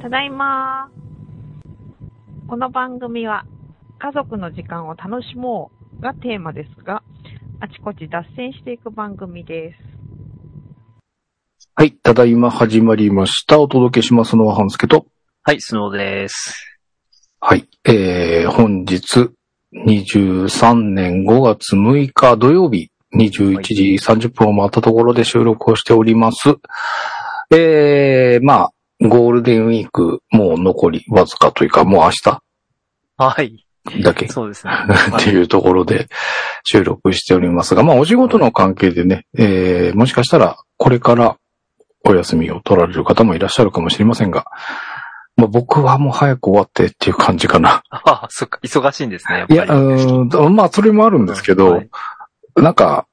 ただいま。この番組は、家族の時間を楽しもうがテーマですが、あちこち脱線していく番組です。はい、ただいま始まりました。お届けしますのは半助と。はい、スノーです。はい、えー、本日23年5月6日土曜日21時30分を回ったところで収録をしております。えー、まあ、ゴールデンウィークもう残りわずかというかもう明はい。日だけそうですね。っていうところで収録しておりますが、まあお仕事の関係でね、えー、もしかしたらこれからお休みを取られる方もいらっしゃるかもしれませんが、まあ僕はもう早く終わってっていう感じかな。ああ、そっか、忙しいんですね、やっぱいり。や、うーんまあそれもあるんですけど、はいなんか、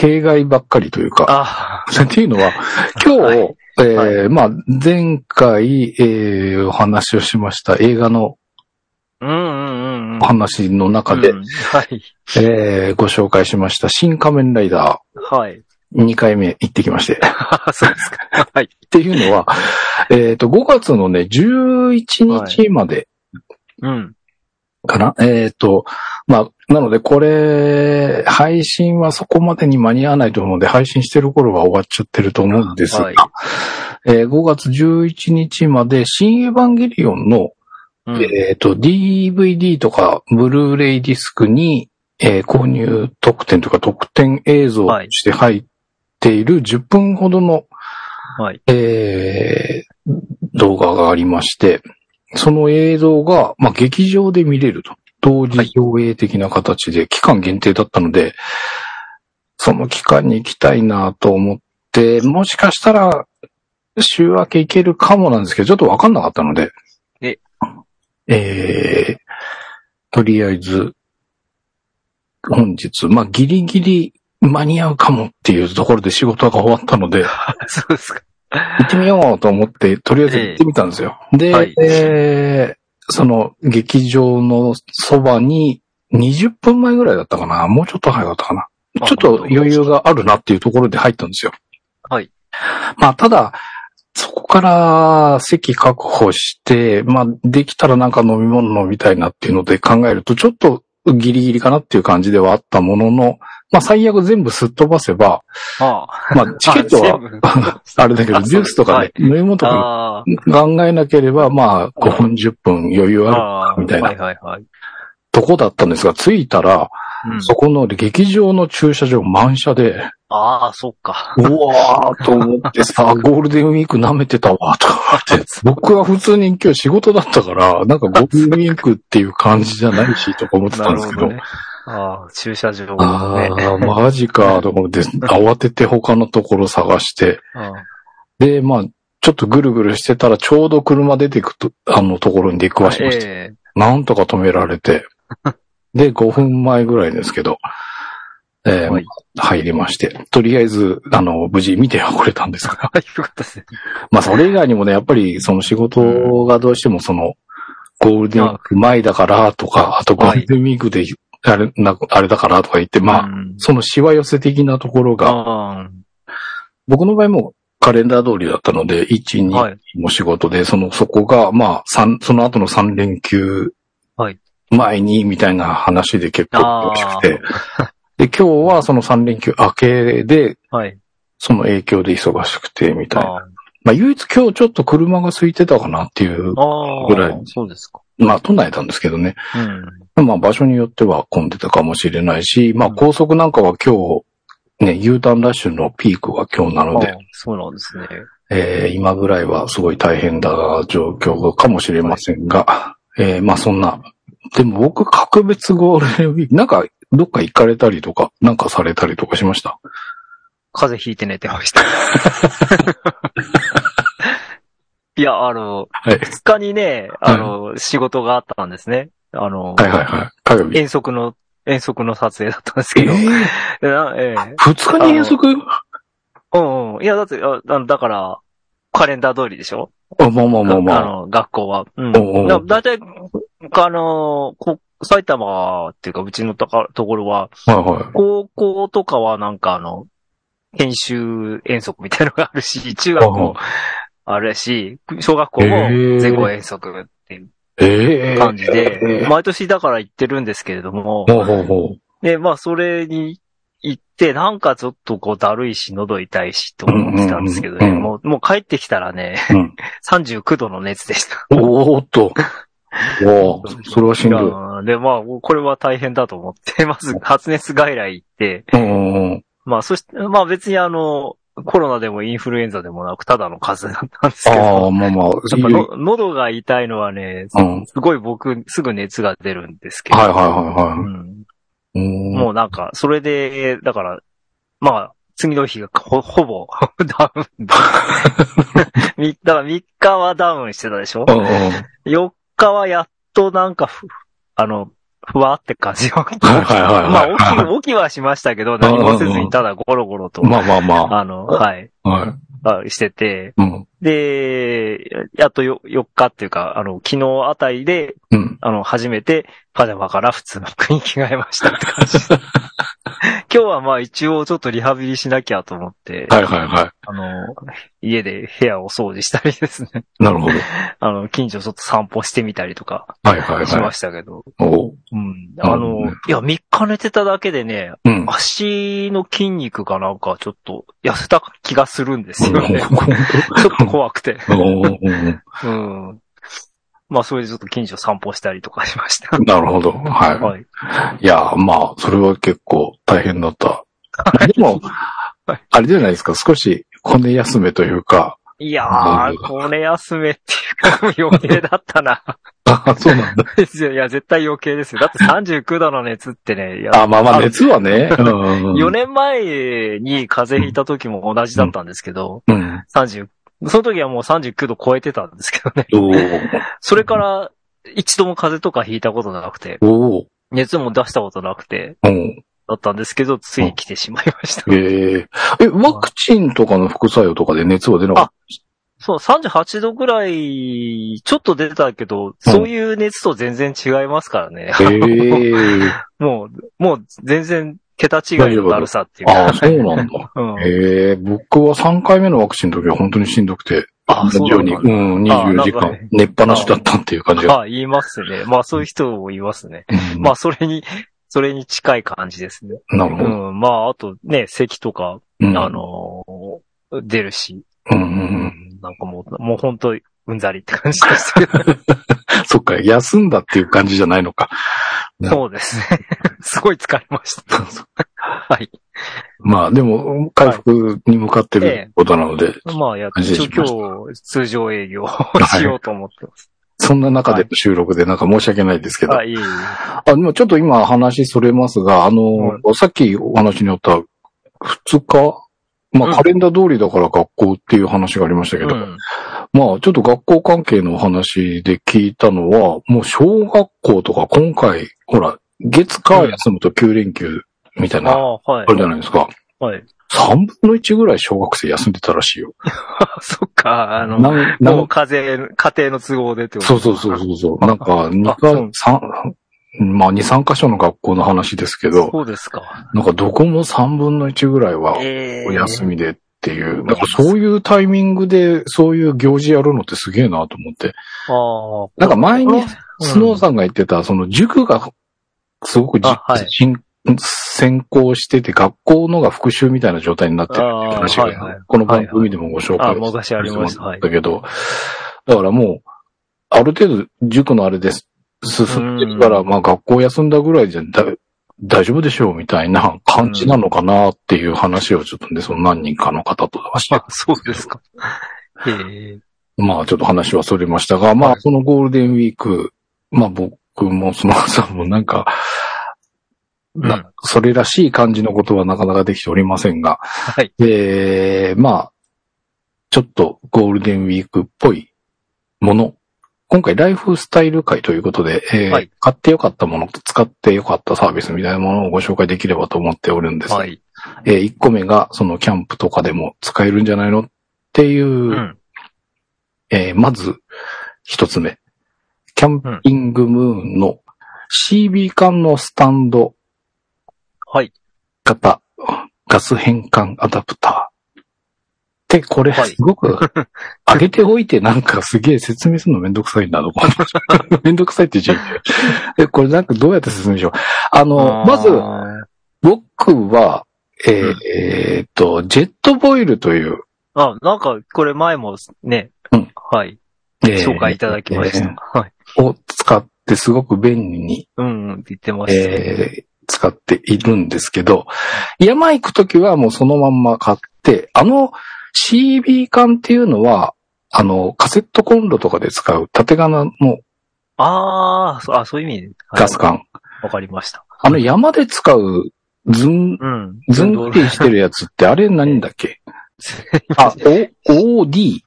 弊害ばっかりというか、あっていうのは、今日、はいえーまあ前回、えー、お話をしました映画のあ、うんうんうんうん。お話の中で、うんはい。えー、ご紹介しました新仮面ライダー、はい。 2回目行ってきまして。っああそうですか。はい。ていうのは、 えっと、5月のね、11日までうん。かな、えっと、まあ、なのでこれ、配信はそこまでに間に合わないと思うので、配信してる頃は終わっちゃってると思うんですが、はいえー5月11日まで、新エヴァンゲリオンの、うんえっと、DVD とか、ブルーレイディスクに、えー購入特典とか特典映像として入っている10分ほどのはい。えー動画がありまして、その映像が、まあ、劇場で見れると。同時上映的な形で、期間限定だったので、その期間に行きたいなと思って、もしかしたら、週明け行けるかもなんですけど、ちょっとわかんなかったので、ええーとりあえず、本日、まあ、ギリギリ間に合うかもっていうところで仕事が終わったので、そうですか。行ってみようと思って、とりあえず行ってみたんですよ。で、はいえーその劇場のそばに20分前ぐらいだったかな。もうちょっと早かったかな。あちょっと余裕があるなっていうところで入ったんですよ。はい。まあ、ただ、そこから席確保して、まあ、できたらなんか飲み物飲みたいなっていうので考えると、ちょっとギリギリかなっていう感じではあったものの、まあ、最悪全部すっ飛ばせば、あまあ、チケットは、はあれだけど、あジュースとかね、飲み物とかあ考えなければ、まあ、5分、10分余裕あ、あるああ、みたいなはいはいはい。とこだったんですが、着いたら、うんそこの劇場の駐車場満車で、ああ、そっか。うわーと思って さ、ゴールデンウィーク舐めてたわ、と思って。僕は普通に今日仕事だったから、なんかゴールデンウィークっていう感じじゃないし、とか思ってた なんでるすけほど。どね。ああ、駐車場あね。あ、マジか、と思って、慌てて他のところ探して、あで、まあ、ちょっとぐるぐるしてたら、ちょうど車出てくと、あのところに出くわしました。ええなんとか止められ て、で、5分前ぐらいですけど、えーはい入りまして、とりあえず、あの、無事見てはくれたんです が、はい、よかったですね。まあ、それ以外にもね、やっぱり、その仕事がどうしても、その、ゴールデンウィーク前だからとか、あとゴールデンウィークで、あれ、なあれだからとか言って、まあ、うんそのしわ寄せ的なところが、あ僕の場合もカレンダー通りだったので、1、あ、 2、はい。も仕事で、その、そこが、まあ、三、その後の3連休はい前に、みたいな話で結構あ詳しあくて、 で、今日はその3連休明けで、はい。その影響で忙しくて、みたいな。ああまあ、唯一今日ちょっと車が空いてたかなっていう、ああ、ぐらいそうですか。まあ、都内なんですけどね。うん。まあ、場所によっては混んでたかもしれないし、まあ、うん高速なんかは今日、ね、U ターンラッシュのピークが今日なのであ、あそうなんですね。えー今ぐらいはすごい大変だ状況かもしれませんが、えーまあそんな。でも僕、格別ゴールデンウィーク、なん か、どっか行かれたりとか、なんかされたりとかしました。風邪ひいて寝てま した。いや、あの、はい。 2日にね、あの、仕事があったんですね。あの、はいはいはい。火曜日。遠足の、遠足の撮影だったんですえけど。でなええ二日に遠足うんうん。いや、だって、ああのだから、カレンダー通りでしょあ、まあまあまああまあ。の、学校は。うん。おうおうだだいたい、あの、こ埼玉っていうか、うちのとかところは、はいはい。高校とかはなんかあの、研修遠足みたいなのがあるし、中学 うんうんも、あれだし、小学校もへー全校遠足っていうええ感じで、ええ毎年だから行ってるんですけれども、ほうほうほう。で、まあ、それに行って、なんかちょっとこう、だるいし、喉痛いし、と思ってたんですけどね、うんうんうんもう、もう帰ってきたらね、 うん39度の熱でした。おーっ と。おーそれはしんどいやーで、まあ、これは大変だと思って、まず発熱外来行って、い。うんうんうん。まあ、そして、まあ別にあの、コロナでもインフルエンザでもなく、ただの風邪だったんですけああ、ど、まあまあ、やっぱの喉が痛いのはね、うん。すごい僕、すぐ熱が出るんですけど、はいはいはいうはんい。うんもうなんか、それで、だから、まあ、次の日がほほぼ ダウン。みだから3日はダウンしてたでしょうんうん。はい ?4 日はやっとなんかふ、あの、ふわって感じが。はいはまいはい。あ、起き、起きはしましたけど、何もせずにただゴロゴロと、まあまあまあの、はい、あ。はい。あしてて、うん。で、やっとよ4日っていうか、あの、昨日あたりで、うん。あの、初めてパジャマから普通の服に着替えま したって感じ。今日はまあ一応ちょっとリハビリしなきゃと思って、はいはいはあの、家で部屋を掃除したりですね、 い。なるほど。あの、近所ちょっと散歩してみたりとかはいはいしはまい。したけど、おううん。あの、いや、3日寝てただけでね、うん。足の筋肉がなんかちょっと痩せた気がするんですよね。 ちょっとう怖くて。んうんうん うん。まあ、それでちょっと近所散歩したりとかしました。なるほど。はい。はい。いや、まあ、それは結構大変だった。でも、あれじゃないですか、少し骨休めというか、いやー、これ休めっていうか、余計だったな。 あそうなんだ。いや、絶対余計ですよ。だって39度の熱ってね、いや あまあまあ、熱はね。うん4年前に風邪ひいた時も同じだったんですけど、うん。 30、その時はもう39度超えてたんですけどね。おそれから、一度も風邪とかひいたことなくて、おお熱も出したことなくて、おうん。だったんですけど、つい来てしまいました。えええ、ワクチンとかの副作用とかで熱は出なかっそう、38度ぐらい、ちょっと出てたけど、そういう熱と全然違いますからね。た。ええ もう、もう全然桁違いのだるさっていうあか。あ、そうなんだ。うんええ僕は3回目のワクチンの時は本当にしんどくて、あ同そうじなようんに、だうん、24あなん時か間ね寝っぱなしだったっていう感じが。あ、言いますね。まあそういう人もいますね。うんまあそれに、それに近い感じですね。なるほうど。ん。まああとね、咳とか、うんあ、のー出るし。うんうんううん。んなんかもう、もう本当うんざりって感じでした けど。そっか、休んだっていう感じじゃないのか。なそうですね。 すごい疲れま した。はい。まあでも、回復に向かってはいえるえことなので、まあやっ感じ一でし応ました今日、通常営業をしようと思ってます。そんな中での収録でなんか申し訳ないですけど、はい、いえいえあでもちょっと今話それますが、あの、はいさっきお話にあった2日、まうんあカレンダー通りだから学校っていう話がありましたけど、うんまあちょっと学校関係のお話で聞いたのは、もう小学校とか今回、ほら、月火休むと9連休みたいあな、ああ、はいる。じゃないですか。はい。三分の一ぐらい小学生休んでたらしいよ。そっか、あの、なんなんもう風邪、家庭の都合でってことそうそうそうそうそう。なんか、二かそう、三、まあ二、三箇所の学校の話ですけど、そうですか。なんかどこも三分の一ぐらいはえお休み。みでっていう、なんかそういうタイミングでそういう行事やるのってすげえなと思って。ああ。なんか前にうんスノーさんが言ってた、その塾がすごくじ、あはい進先行してて、学校のが復習みたいな状態になってるっていう話が、あーはいはいこの番組でもご紹あ、介昔ありました。はい。だけど、だからもう、ある程度、塾のあれです。進んでるから、うんまあ学校休んだぐらいじゃだ大丈夫でしょうみたいな感じなのかなっていう話をちょっとね、その何人かの方とはしてあ、、 そうですか。へえ。まあちょっと話はそれましたが、まあそのゴールデンウィーク、まあ僕もそのさんもなんか、なうんそれらしい感じのことはなかなかできておりませんが、 はい。で、まあ、ちょっとゴールデンウィークっぽいもの。今回ライフスタイル会ということで、えーはい買ってよかったものと使ってよかったサービスみたいなものをご紹介できればと思っておるんです。はい。え1個目がそのキャンプとかでも使えるんじゃないのっていう、うん。えーまず1つ目。キャンピングムーンの CB 缶のスタンドはい。型ガス変換アダプター。で、これ、はいすごく、上げておいてなんかすげえ説明するのめんどくさいなと思 って。めんどくさいって言っちゃいけないえこれなんかどうやって説明しよう。あの、まず、あ僕は、えーうんえーっと、ジェットボイルという、ー、なんか、これ前もね、うんはい、えー紹介いただきました。えはい。ーを使ってすごく便利に、うん、うん、言ってました。えー使っているんですけど、山行くときはもうそのまんま買って、あの CB 缶っていうのは、あの、カセットコンロとかで使う縦金のあーそあ、そういう意味で。はいガス。缶。わかりました。あの山で使うズン、うん。ズンってしてるやつってあれ何だっ けあ、お OD、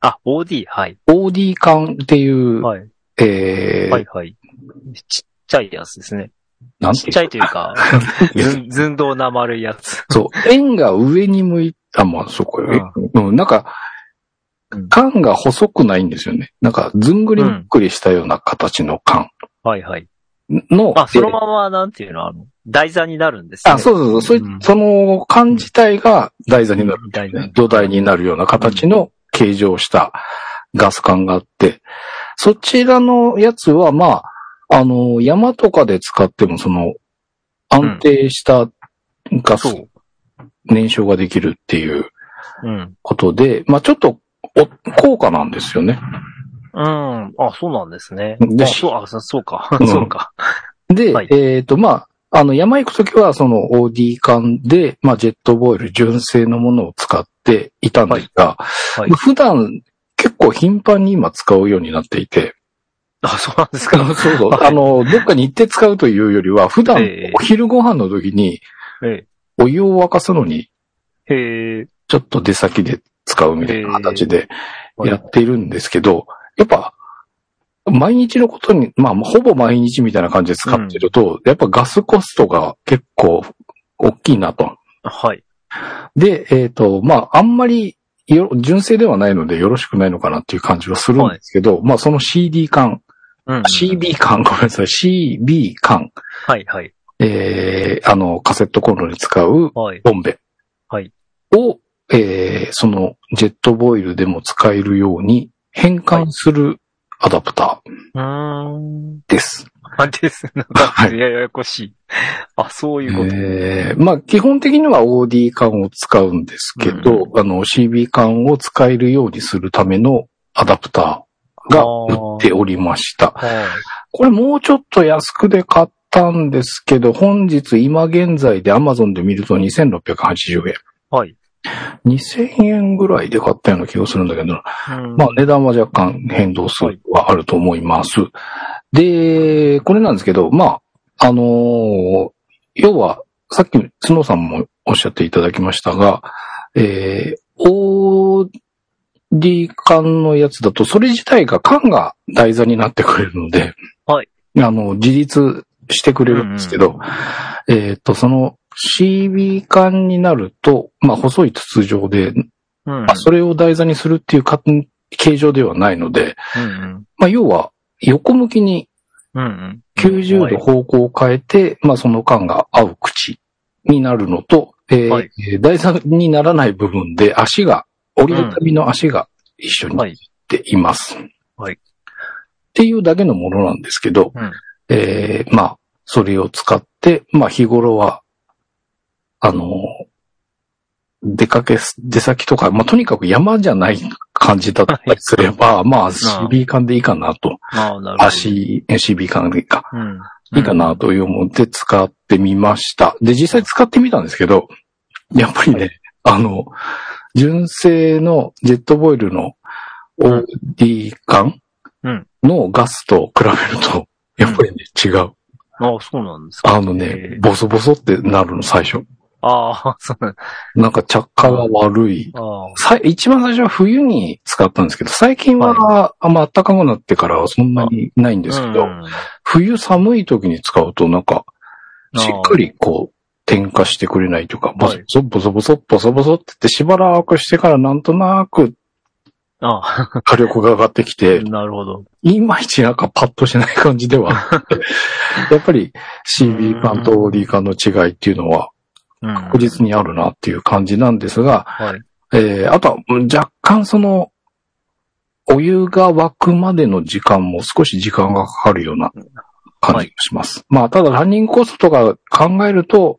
あ、OD、はい。 OD 缶っていう、はい。えー、はい、はい。ちっちゃいやつですね。なんてちいっうちゃいという か、ずん、寸胴な丸いやつ。そう。円が上に向いた、あまあ、そうかよ。うん、なんかうん、缶が細くないんですよね。なんか、ずんぐりむっくりしたような形の缶はいはい。の、あ、そのえーまま、なんていうの、あの、台座になるんですね。あ、そうそうそう。そうれんその缶自体が台座になる。台座。土台になるような形の形状したガス管があって、そちらのやつは、まあ、あの、山とかで使っても、その、安定したガスそう。燃焼ができるっていううん。ことで、まあちょっと、お、高価なんですよね。うん。あ、そうなんですね。であ、そう、あ、そそうか。うん そうか。で、はいえっ、と、まあ、あの、山行くときは、その OD 缶で、まあ、ジェットボイル純正のものを使っていたんですが、いはい普段結構頻繁に今使うようになっていて、あ、 そうなんですそうか。そう、はい あの、どっかに行って使うというよりは、普段ええお昼ご飯の時にえお湯を沸かすのに、え。へえ。ちょっと出先で使うみたいな形ではいやっているんですけど、やっぱ、毎日のことに、まあ、ほぼ毎日みたいな感じで使ってると、やっぱガスコストが結構大きいなと。はい。で、えっ、と、まあ、あんまりよ、純正ではないのでよろしくないのかなっていう感じはするんですけど、まあ、その CD 缶、うん。 CB 缶、ごめんなさい、CB 缶、はい、はい。えー、あの、カセットコンロに使うはい。ボンベ。はいを、えー、そのジェットボイルでも使えるように変換するアダプターうーん。です。あ、です。なんか、はいややこしい。あ、そういうこと。えー、まあ、基本的には OD 缶を使うんですけど、あの、CB 缶を使えるようにするためのアダプターが売っておりました。はい。これもうちょっと安くで買ったんですけど、本日今現在で Amazon で見ると2680円。はい。 2000円ぐらいで買ったような気がするんだけどな、うんまあ値段は若干変動数はあると思います。で、これなんですけど、まあ、あのー要は、さっきスノーさんもおっしゃっていただきましたが、えー、OD 缶のやつだと、それ自体が缶が台座になってくれるので、はいあの、自立してくれるんですけど、えっ、と、その CB 缶になると、まあ、細い筒状で、うん。まあ、それを台座にするっていうか形状ではないので、うん。まあ、要は、横向きにうん。うん。 90度はい方向を変えて、まあ、その間が合う口になるのと、えーはいえー台座にならない部分で足が、折り畳みの足が一緒になはっい。ています。はいっていうだけのものなんですけど、うんえーまあ、それを使って、まあ、日頃は、あの、出かけす、出先とか、まあ、とにかく山じゃない感じだったりすれば、まあ、CB 缶でいいかなと。ああ、なるほど。。足、え CB 缶でいいか。うん。いいかなという思って使ってみました。で、実際使ってみたんですけど、やっぱりね、あの、純正のジェットボイルのうん OD 缶うんのガスと比べると、やっぱりね、違う。ああ、そうなんですか。あのへねえ、ボソボソってなるの、最初。ああ、そうなんなんか着火が悪い。ああ。さい一番最初は冬に使ったんですけど、最近はあんま暖かくなってからはそんなにないんですけど、うん冬寒い時に使うとなんか、しっかりこう、点火してくれないというか、ボソはいボソボソ、ボソボソって言ってしばらくしてからなんとなくああ、火力が上がってきて、なるほど。いまいちなんかパッとしない感じでは あって、やっぱり CB 缶と OD 缶の違いっていうのはうん。確実にあるなっていう感じなんですが、はい。えー、あとは、うん若干その、お湯が沸くまでの時間も少し時間がかかるような感じがします。まあ、ただランニングコストとか考えると、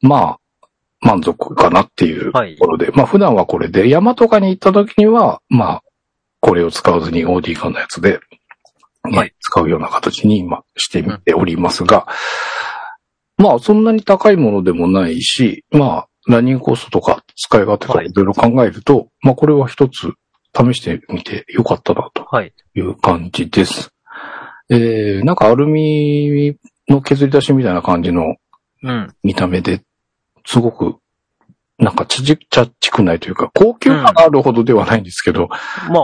まあ、満足かなっていうとはいころで、まあ普段はこれで、山とかに行った時には、まあ、これを使わずに OD ガンのやつで、ねはい使うような形に今してみておりますが、まあそんなに高いものでもないし、まあ、ランニングコストとか使い勝手とかはいいろいろ考えると、まあこれは一つ試してみてよかったなとはい。いう感じです。えー、なんかアルミの削り出しみたいな感じのうん。見た目で、すごく、なんかちじちゃっちくないというか、高級感があるほどではないんですけど、ま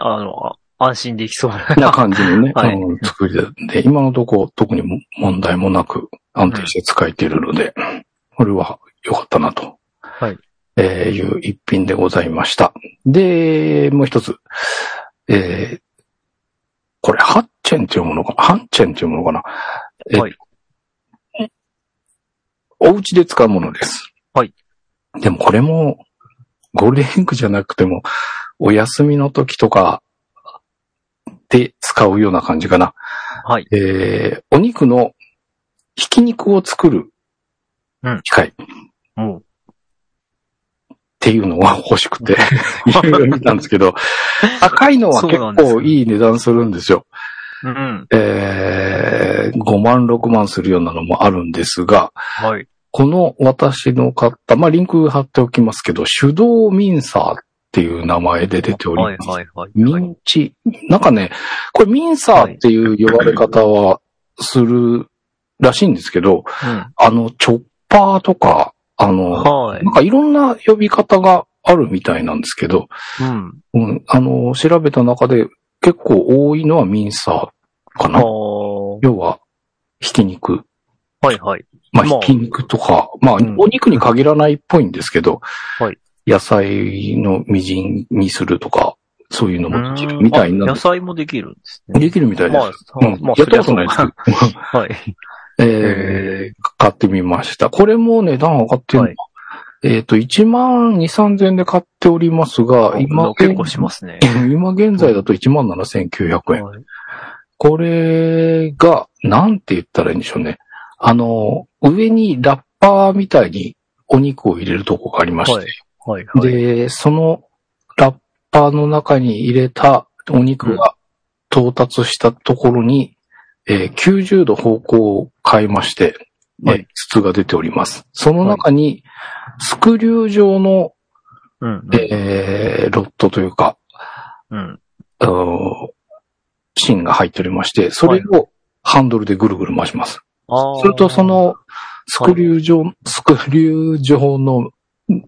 あ、あの、あ安心できそうな。 な感じのね、はいうん作りで、今のとこ特にも問題もなく安定して使えているので、これは良かったなと。はい。えーいう一品でございました。で、もう一つ。えーこれ、ハッチェンっていうものかなハンチェンっていうものかなえはい。お家で使うものです。はい。でもこれも、ゴールデンウィークじゃなくても、お休みの時とかで使うような感じかな。はい。えー、お肉のひき肉を作るうん機械っもう。ていうのが欲し くて、いろいろ見たんですけど、赤いのはそう結なんです構いい値段するんですよ。うん。えー、5万、6万するようなのもあるんですが、はい。この私の買った、まあ、リンク貼っておきますけど、手動ミンサーっていう名前で出ておりはいます。はいはい。ミはいンチ。なんかね、これミンサーっていう呼ばれ方はするらしいんですけど、うん。あの、チョッパーとか、あの、はいなん。かいろんな呼び方があるみたいなんですけど、うん。うん、あの、調べた中で結構多いのはミンサーかあな。あ。は要は、ひき肉。いはい。まあ、まあひき肉とか、まあ、うんお肉に限らないっぽいんですけど、はい野菜のみじんにするとか、そういうのもできるうんみたいなあん野です。菜もできるんですね。できるみたいです。まあ、そううんまあ、やったことないですそりゃそうけど。だはい。えー、買ってみました。これも値段上がってるの、はいえっ、と、1万2、3000円で買っておりますが、今今現 結構しますね。今現在だと1万7900円。はいこれが、なんて言ったらいいんでしょうね。あの、上にラッパーみたいにお肉を入れるとこがありまして、はいはい。で、そのラッパーの中に入れたお肉が到達したところに、えー90度方向を変えまして、はえーい筒が出ております。その中に、スクリュー状の、うんうん。えーロットというか、うん。あの芯が入っておりまして、それをハンドルでぐるぐる回します。あーすると、そ、の、スクリュー状、スクリュー状の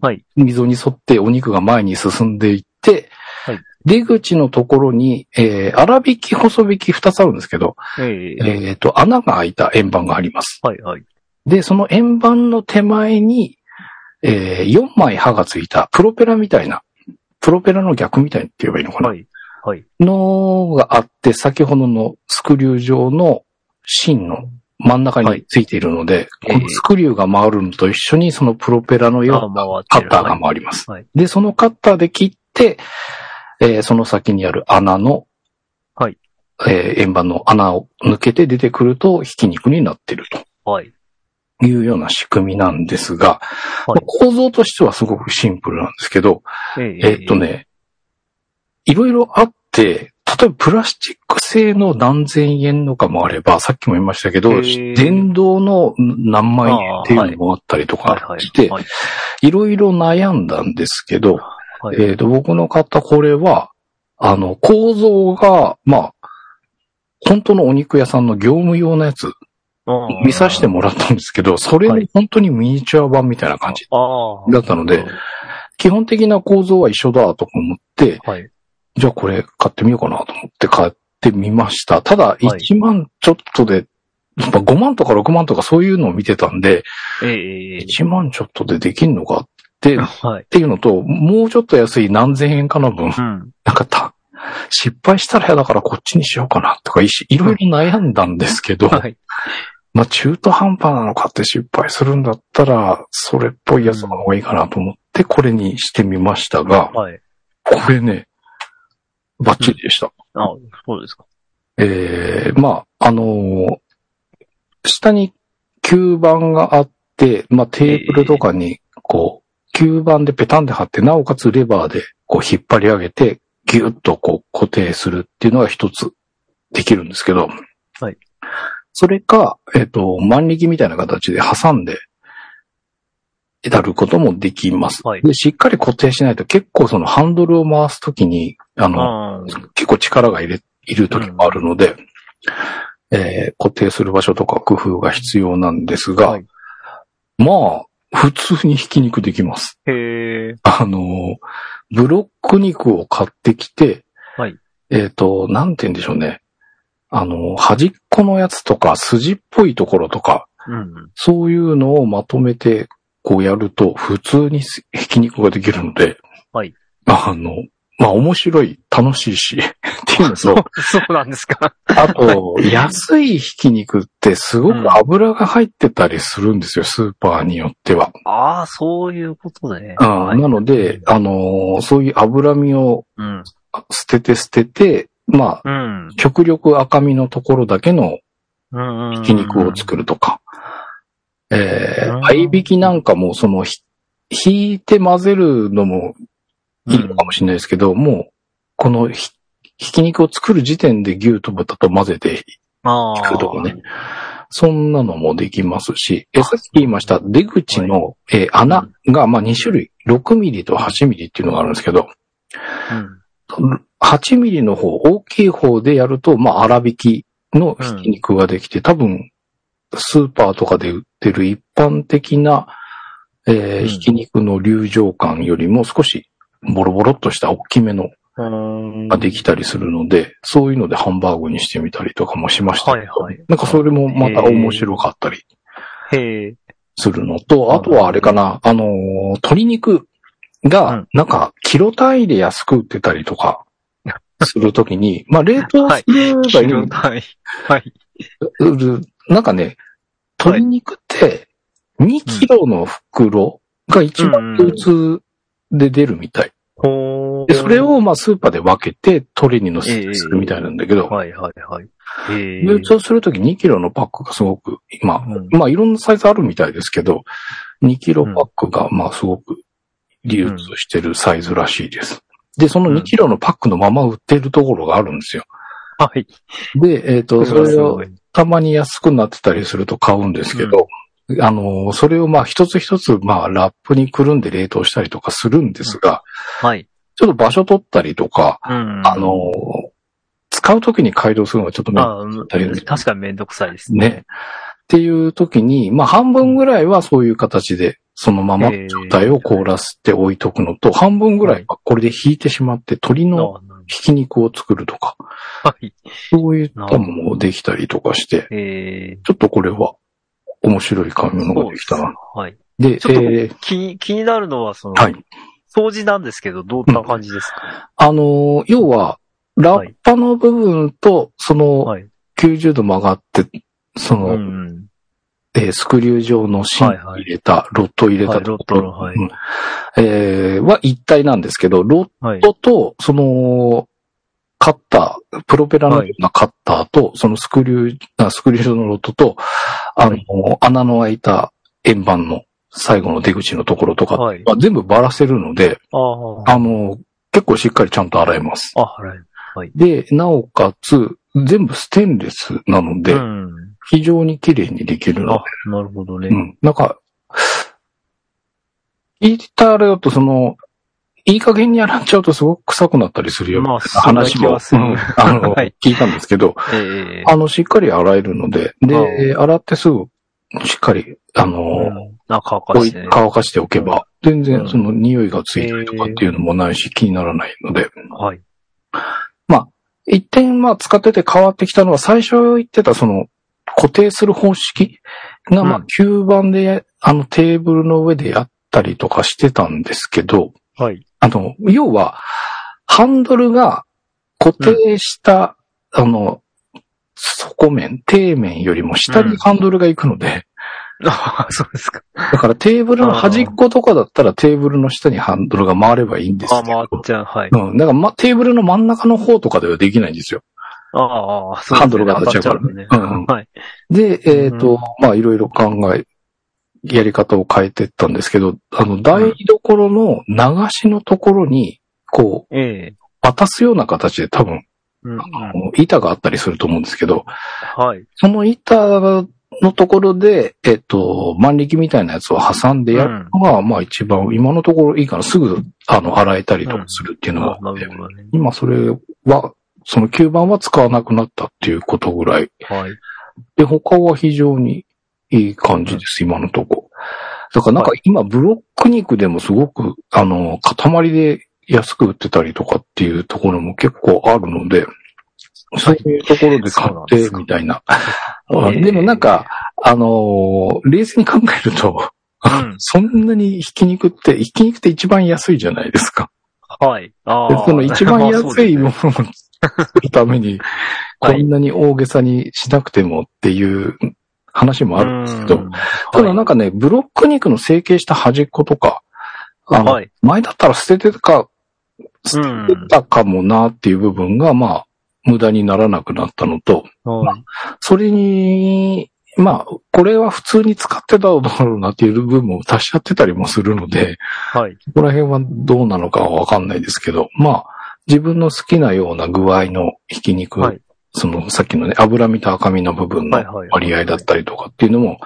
はい溝に沿ってお肉が前に進んでいって、はい出口のところに、えー、粗引き、細引き2つあるんですけど、ええ。えっ、と、穴が開いた円盤があります。はいはい。で、その円盤の手前に、え4枚刃がついた、プロペラみたいな、プロペラの逆みたいって言えばいいのかな、はい。はい。のがあって、先ほどのスクリュー状の芯の真ん中についているので、はいこのスクリューが回るのと一緒にそのプロペラのようなカあ回ッターが回ります。はい。で、そのカッターで切って、えーその先にある穴の、はいえー円盤の穴を抜けて出てくると、ひき肉になっているはい。というような仕組みなんですが、いまあ構造としてはすごくシンプルなんですけど、ええっと。ね、いろいろあって、例えばプラスチック製の何千円のかもあれば、さっきも言いましたけどへ、ー電動の何万円っていうのもあったりとはいかはい。して、はい。いろいろ悩んだんですけど、はいえっと、僕の買ったこれは、あの、構造が、まあ、本当のお肉屋さんの業務用のやつ、見させてもらったんですけど、それの本当にミニチュア版みたいな感じああ。だったので、は基本的な構造は一緒だと思って、い。じゃあこれ買ってみようかなと思って買ってみました。ただ、い1万ちょっとで、やっぱ5万とか6万とかそういうのを見てたんで、えええ1万ちょっとでできんのかって、え。っはい。ていうのと、もうちょっと安い何千円かの分、 うん。なかった。失敗したら嫌だからこっちにしようかなとか、いしいろいろ悩んだんですけど、はい。まあ中途半端なのかって失敗するんだったら、それっぽいやつの方がいいかなと思って、これにしてみましたが、はい。これね、バッチリでした。あ、そうですか。ええまあ、あのー下に吸盤があって、まあ、テーブルとかに、こう、吸盤でペタンで貼って、なおかつレバーで、こう、引っ張り上げて、ギュッとこう、固定するっていうのが一つできるんですけど、はい。それか、えっ、と、万力みたいな形で挟んで、至ることもできます。はいで、しっかり固定しないと、結構そのハンドルを回すときに、あの、あー結構力が入れ、いる時もあるので、えー固定する場所とか工夫が必要なんですが、はいまあ、普通にひき肉できます。 へえ。あのー、ブロック肉を買ってきて、はいえっ、と、なんて言うんでしょうね。あのー、端っこのやつとか、筋っぽいところとか、うん。そういうのをまとめて、こうやると、普通にひき肉ができるので、はいあの、まあ面白い、楽しいし、っていうのそうと、、そうなんです か。あと、安いひき肉ってすごく油が入ってたりするんですよ、スーパーによっては。ああ、そういうことね。うんはいなので、あのーそういう脂身をうん。捨てて捨てて、まあ、うん。極力赤身のところだけのうん。ひき肉を作るとか、えうーん、合いびきなんかも、その、ひひいて混ぜるのもいいのかもしれないですけど、もう、このひ、ひき肉を作る時点で牛と豚と混ぜてああ。聞くとこね。そんなのもできますし、え、さっき言いました、出口の、えー穴が、まあ、2種類、6ミリと8ミリっていうのがあるんですけど、うん。 8ミリの方、大きい方でやると、まあ、粗挽きのひき肉ができて、多分、スーパーとかで売ってる一般的な、えーうんひき肉の流浄感よりも少しボロボロっとした大きめのうんができたりするので、そういうのでハンバーグにしてみたりとかもしましたけど。はいはいなんかそれもまた面白かったりへえ。するのと、あとはあれかな、あのー鶏肉うがん、なんか、キロ単位で安く売ってたりとか、するときに、 まあ、冷凍すればいいのはい。はい。売るなんかね、鶏肉って、2キロの袋が一番流通で出るみたい。ほで、それ、をまあ、スーパーで分けて、トレーにのせてするみたいなんだけど、はいはいはい。へえ。流通するとき2キロのパックがすごく、今、うんまあいろんなサイズあるみたいですけど、2キロパックがまあすごく流通してるサイズらしいです。で、そのうん2キロのパックのまま売ってるところがあるんですよ。はい。で、えっ、と、それうをんたまに安くなってたりすると買うんですけど、あの、それをまあ一つ一つまあラップにくるんで冷凍したりとかするんですが、はい。ちょっと場所取ったりとか、うんあ、の、使うときに解凍するのはちょっと面倒あうん大変です確かにめんどくさいですね。ね。っていう時に、まあ半分ぐらいはそういう形で、そのままへー状態を凍らせて置いとくのと、半分ぐらいはこれで引いてしまって鶏あのひき肉を作るとか、はい。そういったものもできたりとかして、えちょっとこれは面白い買いー、物ができたな。はい。で、ちょっとえー気に、気になるのは、その、はい。掃除なんですけど、どんな感じですか、あのー要は、ラッパの部分と、そのはい。 90度曲がって、そうの、ん。えースクリュー状の芯はいはい入れた、ロットを入れたところ、はいうんえーは一体なんですけど、ロッはい。トと、その、カッター、プロペラのようなカッターと、そのスクリュー、あスクリュー状のロットと、あの、はい穴の開いた円盤の最後の出口のところとか、はい。まあ全部ばらせるので、ああ。あの、結構しっかりちゃんと洗えます。あ、はい。で、なおかつ、全部ステンレスなので、うん。非常に綺麗にできるのであ、なるほどね。うん。なんか、言ったあれだと、その、いい加減に洗っちゃうとすごく臭くなったりするようまなあ、話も、そんうんな気はあの、 はい聞いたんですけど、する。ええあの、しっかり洗えるので、で、洗ってすぐ、しっかり、あの、うんあ、乾かおしいてね。乾かしておけば、全う然んその匂いがついたりとかっていうのもないし、気にならないので、はい。一点、まあ、使ってて変わってきたのは、最初言ってた、その、固定する方式が、まうあん、吸盤で、あの、テーブルの上でやったりとかしてたんですけど、はい。 あの、要は、ハンドルが固定した、あの、底面、底面よりも下にハンドルが行くので、ああ、そうですか。だからテーブルの端っことかだったらテーブルの下にハンドルが回ればいいんですけど。ああ、まあ、じゃあ、はい。うん。だから、ま、テーブルの真ん中の方とかではできないんですよ。ああ、そうですね。ハンドルが当たっちゃうからね当たっちゃううんね。はい。で、えっ、うとん、まあ、いろいろ考え、やり方を変えてったんですけど、あの、台所の流しのところに、こええ。う、渡すような形で多分、うんうんあの板があったりすると思うんですけど、はい。その板のところで、えっ、と、万力みたいなやつを挟んでやるのが、まあ一番、今のところいいかな。すぐ、あの、洗えたりとかするっていうのがああなってるほどね。今それは、その吸盤は使わなくなったっていうことぐらい。はい。で、他は非常にいい感じです、今のとこ。だからなんかは今ブロック肉でもすごく、あの、塊で安く売ってたりとかっていうところも結構あるので、そういうところで買そうなんっですて、かみたい な。ええでもなんか、あのー冷静に考えると、うんそんなにひき肉って、ひき肉って一番安いじゃないですか。はい。あであ。その一番まあそう安でいすものをね作るために、こはいんなに大げさにしなくてもっていう話もあるんですけうど、んただなんかね、ブロック肉の成形した端っことか、あの、はい。前だったら捨ててたか、捨ててたかもなっていう部分が、まあ、無駄にならなくなったのと、はい。それに、まあ、これは普通に使ってただろうなっていう部分を足しちゃってたりもするので、はい。ここら辺はどうなのかはわかんないですけど、まあ、自分の好きなような具合のひき肉、はいそのさっきのね、脂身と赤身の部分のはいはい割合だったりとかっていうのも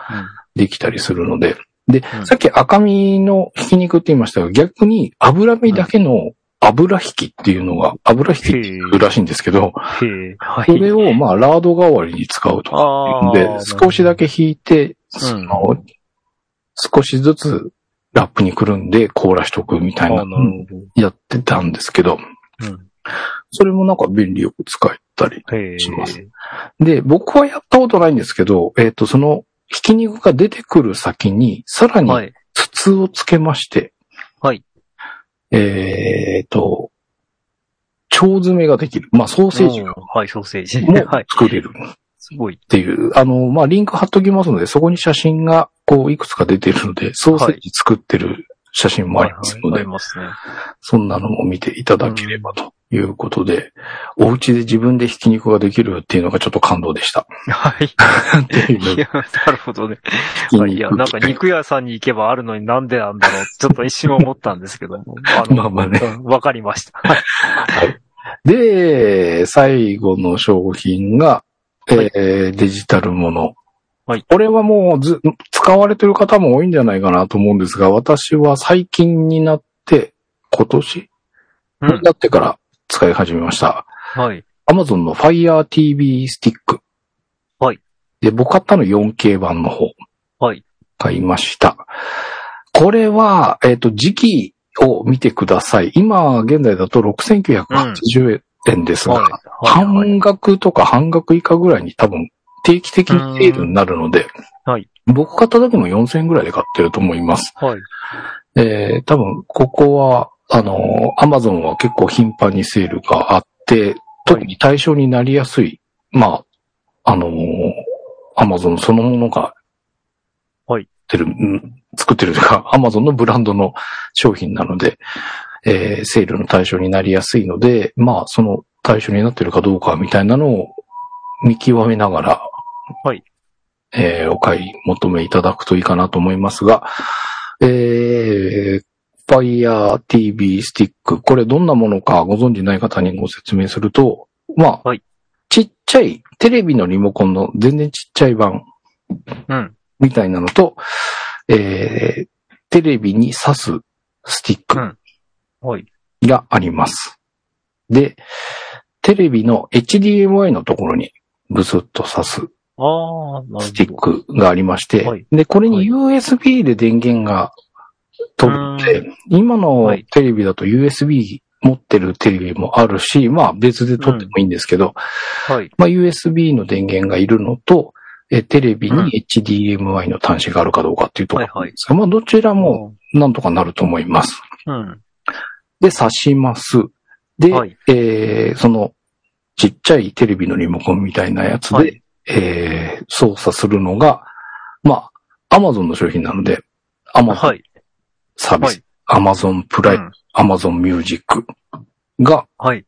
できたりするので、で、うんさっき赤身のひき肉って言いましたが、逆に脂身だけの油引きっていうのが、油引きっていうらしいんですけど、うんへえ。はそれい。をまあ、ラード代わりに使うと。ああ。で、少しだけ引いて、なるほど、その少しずつラップにくるんで凍らしとくみたいうん。あなあ、なるほやってたんですけど、ど。それもなんか便利よく使えたり。うん。へえ。しますで、僕はやったことないんですけど、えっ、と、その、ひき肉が出てくる先に、さらにはい。筒をつけまして、はい。えっ、と、腸詰めができる。まあ、ソーセージうんもはい、ソーセージ。 はい。作れるっすごい。ていう、あの、まあ、リンク貼っときますので、そこに写真が、こう、いくつか出てるので、ソーセージ作ってる写真もありますのはいはいあでり、ますね。そんなのも見ていただければということで、お家で自分でひき肉ができるっていうのがちょっと感動でした。はい。っていう いや、なるほどね。ひき肉いや、なんか肉屋さんに行けばあるのになんでなんだろう。ちょっと一瞬思ったんですけども。あ まのあまあね。うんわかりました。は いで、最後の商品が、えーデジタルもの。はいこれはもうず、使われてる方も多いんじゃないかなと思うんですが、私は最近になって、今年、うんになってから使い始めました。はい。 Amazon の Fire TV スティック。はい。で、僕買ったの 4K 版の方。はい。買いました。これは、えっ、と、時期を見てください。今、現在だと6980円ですが、はい。はい半額とか半額以下ぐらいに多分定期的にセールになるので、うんはい僕買った時も4000円ぐらいで買ってると思います。はい。えー多分、ここは、あのー、アマゾンは結構頻繁にセールがあって、特に対象になりやすい、まあ、あのアマゾンそのものが、はいてる、うん作ってるというか、アマゾンのブランドの商品なので、えーセールの対象になりやすいので、まあ、その対象になってるかどうかみたいなのを見極めながら、はいえーお買い求めいただくといいかなと思いますが、えー、Fire TV スティック。これどんなものかご存知ない方にご説明すると、まあ、はいちっちゃいテレビのリモコンの全然ちっちゃい版うん。みたいなのと、えー、テレビに挿すスティック。はい。があります。で、テレビの HDMI のところにブスッと挿すああ、なるほど。スティッ。クがありまして、はいで、これに USB で電源が飛ぶので、今はのいテレビだと USB 持ってるテレビもあるし、まあ別で撮ってもいいんですけど、はい。まあ USB の電源がいるのと、えテレビうんに HDMI の端子があるかどうかっていうところなんですが、まあどちらももなんとかなると思います。うん。で、刺します。で、はいえーそのちっちゃいテレビのリモコンみたいなやつで、はいえー操作するのが、まあ、アマゾンの商品なので、アマゾはンい。サービはスい、アマゾンプライうムん、アマゾンミュージックがはい。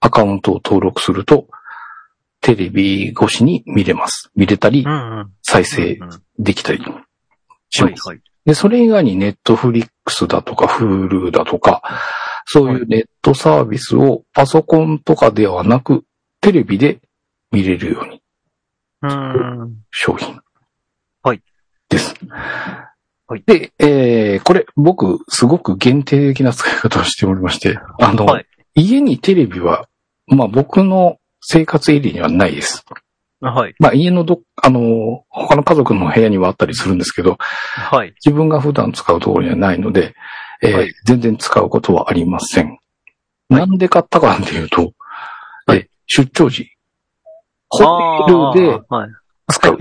アカウントを登録すると、テレビ越しに見れます。見れたりう、んうん。再生うんうんできたりしはまい。す。はい。で、それ以外にネットフリックスだとか、フールだとか、そういうネットサービスをパソコンとかではなく、テレビで見れるようにうん。商品。はい。です。はいで、えー、これ、僕、すごく限定的な使い方をしておりまして、あの、はい家にテレビは、まあ僕の生活エリアにはないです。はい。まあ家のどっ、あの、他の家族の部屋にはあったりするんですけど、はい。自分が普段使うところにはないので、えーはい全然使うことはありません。はいなんで買ったかっていうと、はいえー出張時、ホテルであーはい。使う。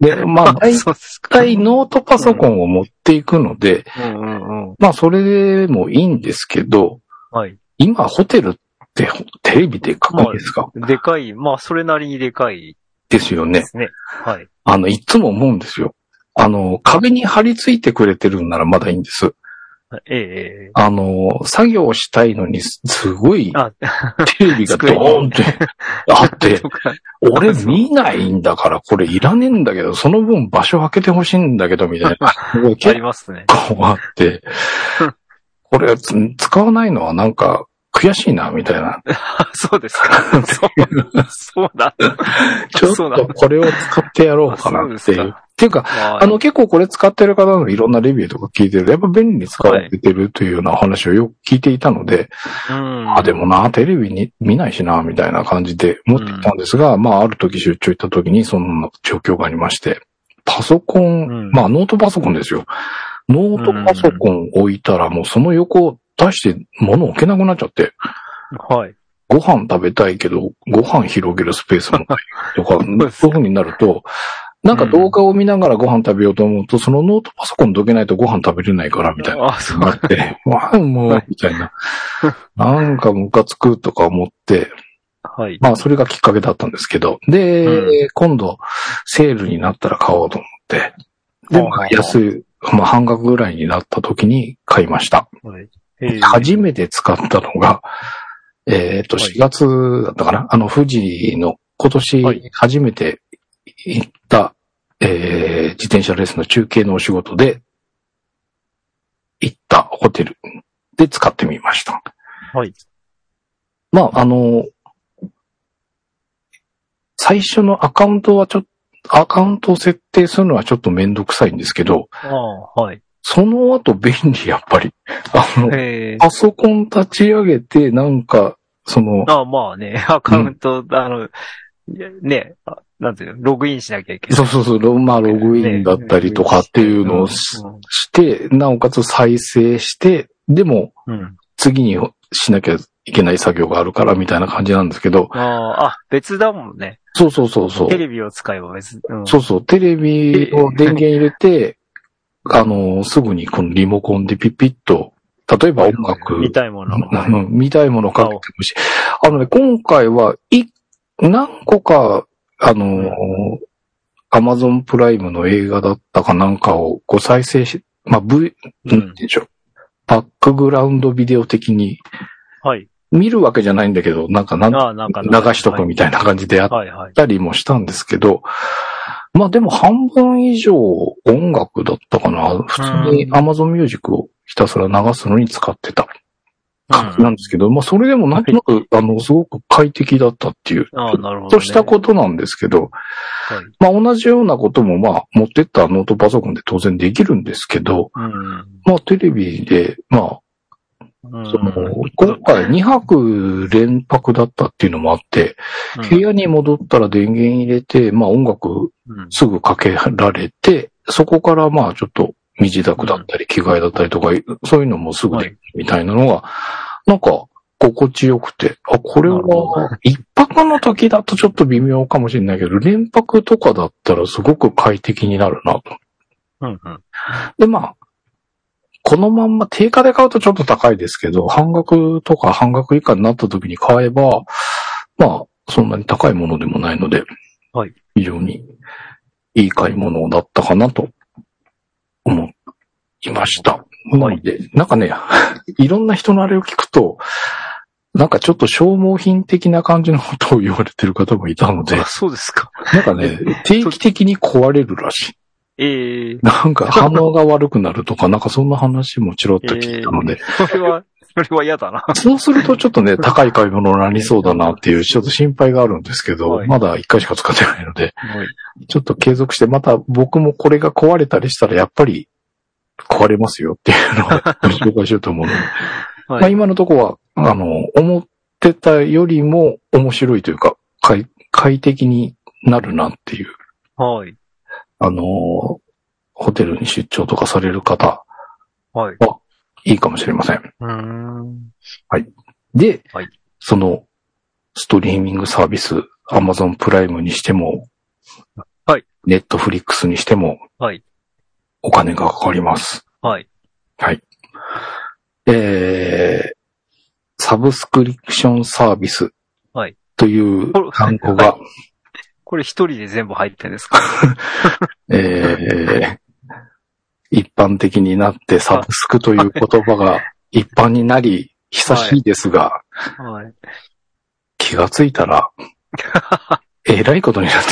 で、ま あ、大そうですか。体ノートパソコンを持っていくので、うんうんうん。まあ、それでもいいんですけど、はい。今、ホテルってほテレビで書くんですか、でかい。まあ、それなりにでかいですよねで。すね。はい。あの、いつも思うんですよ。あの、壁に貼り付いてくれてるんならまだいいんです。ええ。あの、作業したいのに、すすごい、あ、テレビがドーンってあ って、とか俺見ないんだからこれいらねえんだけど、その分場所開けてほしいんだけど、みたい な。あ結りますね。構あって、これつ使わないのはなんか悔しいな、みたい な。あそうです か。そうそうだ。ちょっそうなとんだこれを使ってやろうかなっていあそうう。ですっていうか、ああの、結構これ使ってる方のいろんなレビューとか聞いてると、やっぱ便利に使われてるというような話をよく聞いていたので、うん。あ、でもな、テレビに見ないしな、みたいな感じで持ってきたんですが、まあ、ある時出張行った時にそんな状況がありまして、パソコン、んまあ、ノートパソコンですよ。ノートパソコン置いたら、もうその横出して物置けなくなっちゃって、はい。ご飯食べたいけど、ご飯広げるスペースもないとか、 そういう風になると、なんか動画を見ながらご飯食べようと思うと、そのノートパソコンどけないとご飯食べれないから、みたいな。あ、そう。なって、 わあ、もう、みたいな。なんかムカつくとか思って、はい。まあそれがきっかけだったんですけど、で、う今度セールになったら買おうと思って、で、まあ安い、まあ半額ぐらいになった時に買いました。はい。え初めて使ったのが、えっ、と、はい4月だったかな、あの、富士の今はい年初めて行った、えー自転車レースの中継のお仕事で行ったホテルで使ってみました。はい。まあ、あの、最初のアカウントはちょっと、アカウントを設定するのはちょっとめんどくさいんですけど、ああ、はい。その後便利やっぱり。あの、えーパソコン立ち上げて、なんか、その、あまあね、アカウント、あの、ね、あなんていうの、ログインしなきゃいけない。そうそうそう、ロまあ、ログインだったりとかっていうのをしうんして、なおかつ再生して、でも、うん。次にしなきゃいけない作業があるからみたいな感じなんですけど、ああ、あ、別だもんね。そうそうそうそうテ。レビを使えば別。うんそうそう、テレビを電源入れて、あの、すぐにこのリモコンでピッピッと、例えば音楽、見たいもの。あの見たいものかけてほしい。あのね、今回は、い、何個か、あの、アマゾンプライムの映画だったかなんかをこう再生し、まあ、V、なんうん。ていうんでしょう。バックグラウンドビデオ的に、はい。見るわけじゃないんだけど、なんかなん、ああ、なんか。流しとくみたいな感じでやっはいはい。たりもしたんですけど、まあでも半分以上音楽だったかな。普通にうん Amazon Music をひたすら流すのに使ってた感じなんですけど、まあそれでもなんとなく、あの、すごく快適だったっていう、ああ、なるほど、とね。したことなんですけど、はい。まあ同じようなこともまあ持ってったノートパソコンで当然できるんですけど、うん。まあテレビで、まあうんその、今回2泊連泊だったっていうのもあって、うん部屋に戻ったら電源入れて、まあ音楽うんすぐかけられて、そこからまあちょっと身支度だったり着替えだったりとか、そういうのもすぐできるみたいなのが、なんか心地よくて、あ、これなるほは一泊の時だとちょっと微妙かもしれないけど、連泊とかだったらすごく快適になるなと。うんうん。で、まあ、このまんま定価で買うとちょっと高いですけど、半額とか半額以下になった時に買えば、まあ、そんなに高いものでもないので、はい非常にいい買い物だったかなと思いました。はいなので、なんかね、 いろんな人のあれを聞くと、なんかちょっと消耗品的な感じのことを言われてる方もいたので、あそうですか。なんか ね、定期的に壊れるらしい。ええなん か反応が悪くなるとか、なんかそんな話もちらっと聞いたので、それは、 それは嫌だな。そうするとちょっと ね、高い買い物になりそうだなっていう、ちょっと心配があるんですけど、はいまだ一回しか使ってないので、はい。ちょっと継続して、また僕もこれが壊れたりしたらやっぱり壊れますよっていうのをご紹介しようと思うの で、まあ今のところは、あの、思ってたよりも面白いというか、快快適になるなっていうはい。あのーホテルに出張とかされる方、はい。いいかもしれません。うーん。で、はいその、ストリーミングサービス、Amazon プライムにしても、はい。 Netflix にしても、はい。お金がかかります。はい。えー、サブスクリプションサービス。はい。というこれ単語が、これ一人で全部入ってんですかえー、一般的になってサブスクという言葉が一般になり、久しいですが、はい。気がついたら、えらいことにな っ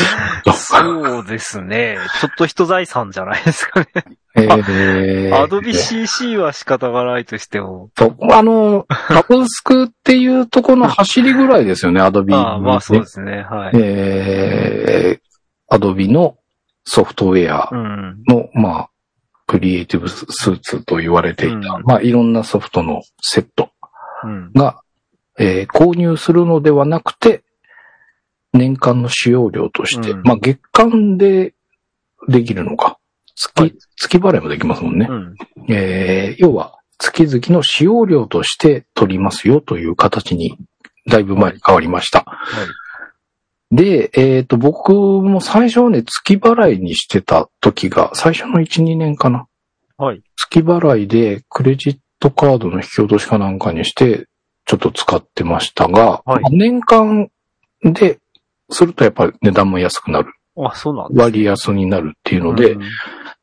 てる。そうですね。ちょっと人財産じゃないですかね。えアドビ CC は仕方がないとしても。と、あの、サブスクっていうとこの走りぐらいですよね、アドビ。ああ、まあそうですね。はい。えー、アドビのソフトウェアうん。の、まあ、クリエイティブスーツと言われていた、うんまあ、いろんなソフトのセットうん。が、えー購入するのではなくて、年間の使用料として、うんまあ月間でできるのか。月、はい月払いもできますもんねう。ん。えー要は、月々の使用料として取りますよという形に、だいぶ前に変わりました。はい。で、えっ、と、僕も最初はね、月払いにしてた時が、最初の1、2年かな。はい。月払いでクレジットカードの引き落としかなんかにして、ちょっと使ってましたが、はいまあ年間で、するとやっぱり値段も安くなる。あ、そうなんです割安になるっていうので、うん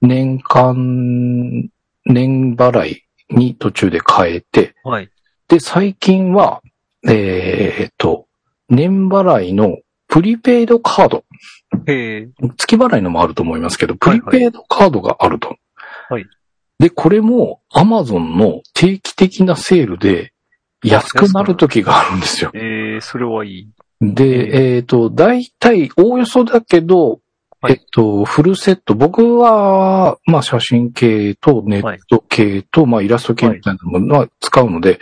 年間、年払いに途中で変えて、はい。で、最近は、えーっと、年払いのプリペイドカード。へえ。月払いのもあると思いますけど、プはいリはいペイドカードがあると。はいで、これも Amazon の定期的なセールで安くなる時があるんですよ。ええ、それはいい。で、えっ、と、大体、おおよそだけど、はいえっと、フルセット。僕は、まあ、写真系とネット系と、まあ、イラスト系みたいなものは使うので、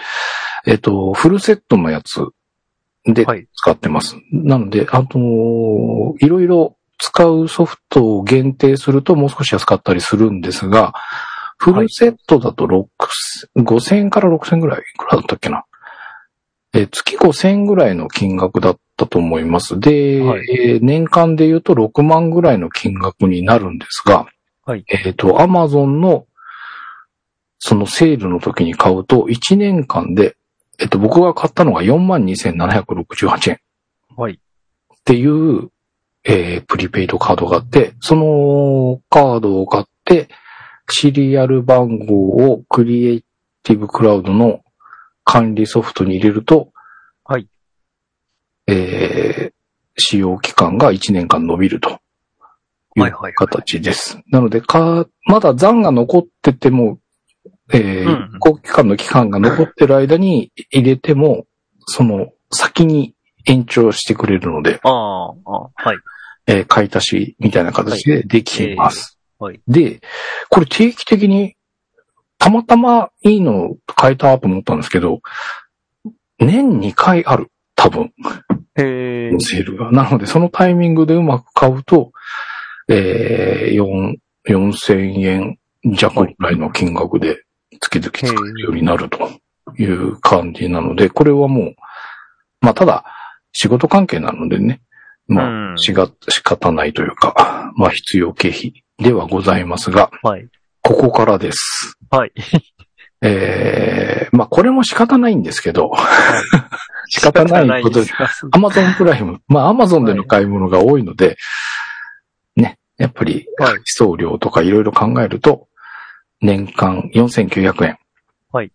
えっと、フルセットのやつではい使ってます。なので、あのーいろいろ使うソフトを限定するともう少し安かったりするんですが、フルセットだと6、5000円から6000円ぐらい、いくらだったっけな。えー月5000円ぐらいの金額だったと思います。で、はいえー年間で言うと6万ぐらいの金額になるんですが、はいえっ、と、アマゾンのそのセールの時に買うと、1年間で、えっと、僕が買ったのが42,768円。はいっていう、えー、プリペイドカードがあって、そのカードを買って、シリアル番号をクリエイティブクラウドの管理ソフトに入れると、はい。えー、使用期間が1年間伸びると。はいはいはい形です。なので、か、まだ残が残ってても、えうーん、公期間の期間が残ってる間に入れても、その先に延長してくれるので、ああ、あはい。えー買い足しみたいな形でできます。はいで、これ定期的に、たまたまいいの買えたと思ったんですけど、年2回ある。多分。へえ。セールが。なので、そのタイミングでうまく買うと、えー、4 4000円弱ぐらいの金額で月々使えるようになるという感じなので、これはもう、まあ、ただ、仕事関係なのでね、まあ、うんしが、仕方ないというか、まあ、必要経費ではございますが、はい。ここからです。はい。えー、まあこれも仕方ないんですけど、 仕方ないことで仕方ないですアマゾンプライム、まあアマゾンでの買い物が多いので、ね、やっぱりはい送料とかいろいろ考えると、年間4900円。はい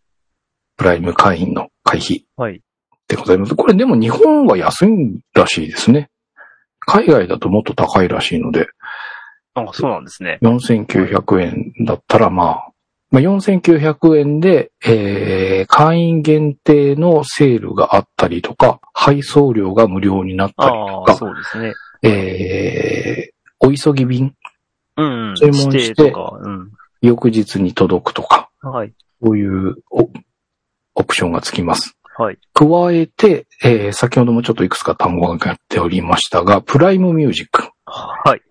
プライム会員の会費はい。でございます。これでも日本は安いらしいですね。海外だともっと高いらしいので、あ、そうなんですね。 4900円だったらまあ、まあ、4900円で、えー、会員限定のセールがあったりとか、配送料が無料になったりあかあ、そうですね。えー、お急ぎ便、うん、うん。注文して指定とか、うん。翌日に届くとか、はい。そういうおオプションがつきます。はい。加えて、えー、先ほどもちょっといくつか単語がやっておりましたが、プライムミュージック、はい。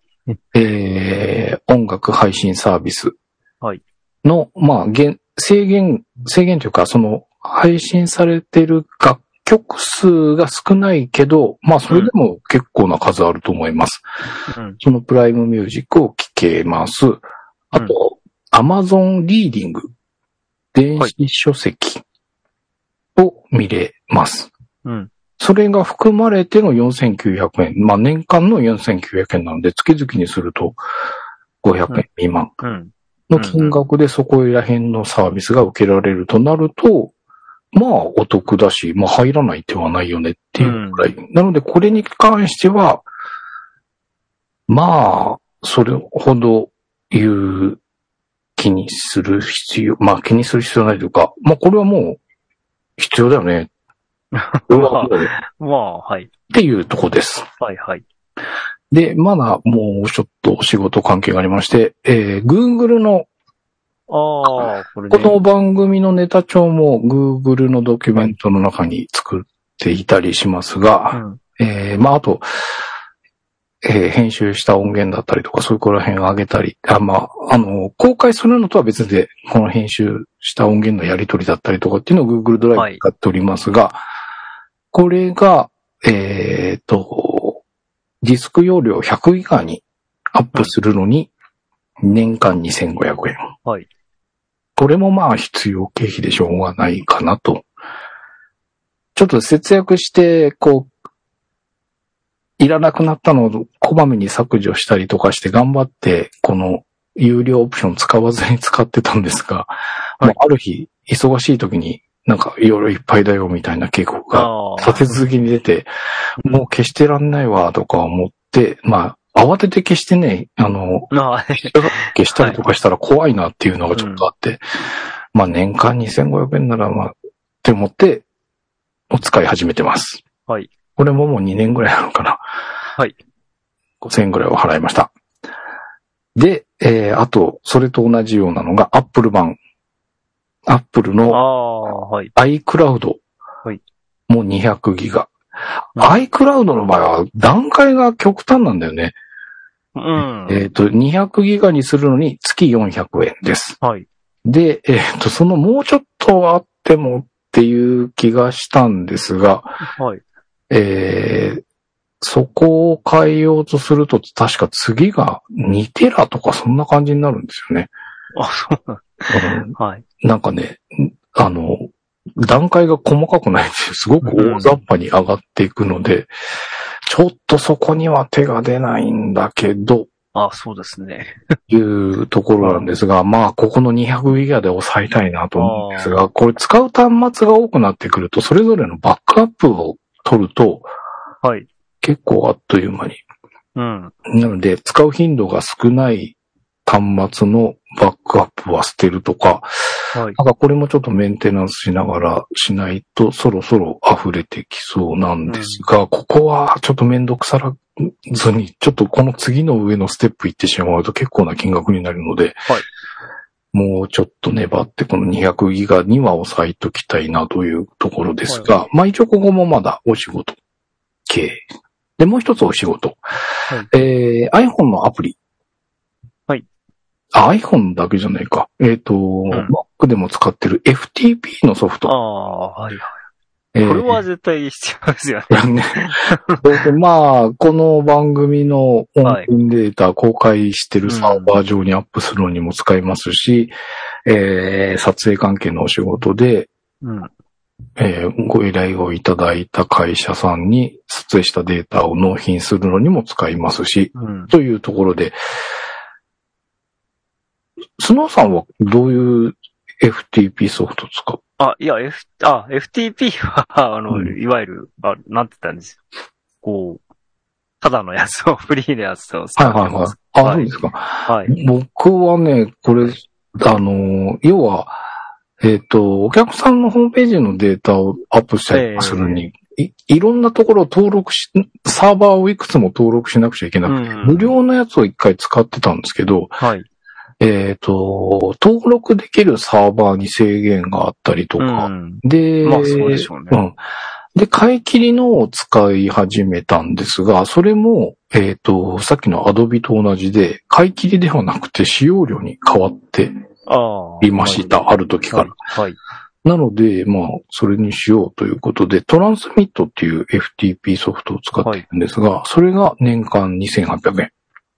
えー、音楽配信サービスはいの、まあ、限制限、制限というか、その、配信されてる楽曲数が少ないけど、まあ、それでも結構な数あると思います。うん。そのプライムミュージックを聴けます。あと、アマゾンリーディング、電子書籍を見れます。うん。それが含まれての4900円。まあ年間の4900円なので、月々にすると500円未満うん。の金額でそこら辺のサービスが受けられるとなると、まあお得だし、まあ入らない手はないよねっていうくらい。なのでこれに関しては、まあ、それほど言う気にする必要、まあ気にする必要ないというか、まあこれはもう必要だよ ね。うわもうまあ、はい。っていうとこです。はい、はい。で、まだもうちょっとお仕事関係がありまして、えー、Google の、ああ、これこね。の番組のネタ帳も Google のドキュメントの中に作っていたりしますうが、ん。えー、まああと、えー編集した音源だったりとか、そういうこら辺を上げたり、あ、まあ、あの、公開するのとは別で、この編集した音源のやり取りだったりとかっていうのを Google ドライブに使っておりますが、これが、えっ、と、ディスク容量100以下にアップするのに、年間2500円。はい。これもまあ必要経費でしょうがないかなと。ちょっと節約して、こう、いらなくなったのをこまめに削除したりとかして頑張って、この有料オプション使わずに使ってたんですが、はいもうある日、忙しい時になんかいろいろいっぱいだよみたいな警告がああ立。て続けに出て、もう消してらんないわとか思って、まあ、慌てて消してね、あの、まあ、消したりとかしたら怖いなっていうのがちょっとあって、まあ年間2500円ならまあ、って思って、お使い始めてます。はい。。これももう2年ぐらいなのかな。はい5000円ぐらいを払いました。で、えー、あと、それと同じようなのが Apple 版。Apple あのあ、はい。 iCloud。はい。もう200ギガ。うん iCloud の場合は段階が極端なんだよね。うん。えっ、と、200ギガにするのに月400円です。はい。で、えっ、と、そのもうちょっとあってもっていう気がしたんですが、はい。えー、そこを変えようとすると、確か次が2テラとかそんな感じになるんですよね。あ、そうなんうんはい。なんかね、んあの、段階が細かくないんですよ。すごく大雑把に上がっていくので、ちょっとそこには手が出ないんだけど、あそうですね。いうところなんですが、まあ、ここの200ギガで抑えたいなと思うんですが、これ使う端末が多くなってくると、それぞれのバックアップを取ると、はい。結構あっという間に。うん。なので、使う頻度が少ない端末のバックアップは捨てるとか、はい。なんかこれもちょっとメンテナンスしながらしないとそろそろ溢れてきそうなんですが、ここはちょっとめんどくさらずに、ちょっとこの次の上のステップ行ってしまうと結構な金額になるので、はいもうちょっと粘ってこの200ギガには抑えときたいなというところですが、まあ一応ここもまだお仕事系。で、もう一つお仕事。いえー、iPhone のアプリ。はいあ。iPhone だけじゃないか。えっ、と、ん Mac でも使ってる FTP のソフあト。あ、はい。こえーれ は絶対必要ですよね。ねまあ、この番組の音源データ公開してるサーバー上にアップするのにも使いますし、えー撮影関係のお仕事で、うん。えーご依頼をいただいた会社さんに撮影したデータを納品するのにも使いますし、うん。というところで、スノーさんはどういう FTP ソフト使うあ、いや、F、あ、FTP は、あの、うんいわゆる、あ、なんて言ったんですよ。こう、ただのやつを、フリーのやつを使ってます。あ、はいそうですか。はい。僕はね、これ、あの、要は、えっ、と、お客さんのホームページのデータをアップしたりするに、いいろんなところを登録し、サーバーをいくつも登録しなくちゃいけなくて、うん無料のやつを一回使ってたんですけど、はい。えっ、と、登録できるサーバーに制限があったりとか、ん。で、まあ、そうでしょうね。うん。で、買い切りのを使い始めたんですが、それも、えっ、と、さっきの Adobe と同じで、買い切りではなくて使用料に変わってああ。いました、ある時から。はい。はい。なので、まあ、それにしようということで、トランスミットっていう FTP ソフトを使っているんですが、それが年間2800円。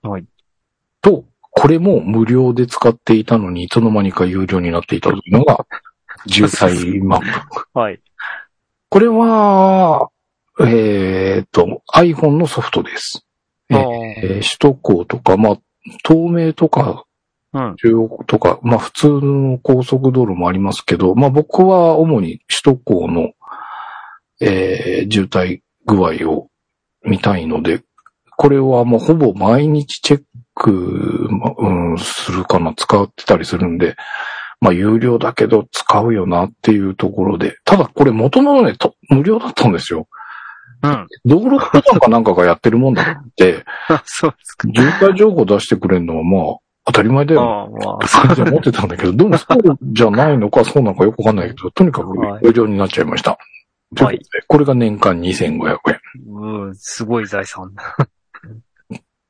はい。と、これも無料で使っていたのに、いつの間にか有料になっていたというのが、渋 滞マップ。はい。これは、えーっと、iPhone のソフトです。えーあえー首都高とか、まあ、東名とか、あうん。中央とか、まあ普通の高速道路もありますけど、まあ僕は主に首都高の、えー、渋滞具合を見たいので、これはもうほぼ毎日チェック、まうん、するかな、使ってたりするんで、まあ有料だけど使うよなっていうところで、ただこれ元々ね、と無料だったんですよ。うん。道路公団かなんかがやってるもんだって、 そうですか。渋滞情報出してくれるのはまあ当たり前だよねああ、まあ、感じは持ってたんだけど、どうもそうじゃないのか、そうなのかよくわかんないけど、とにかくはい無料になっちゃいました。ということいで、これが年間2500円。うん、すごい財産。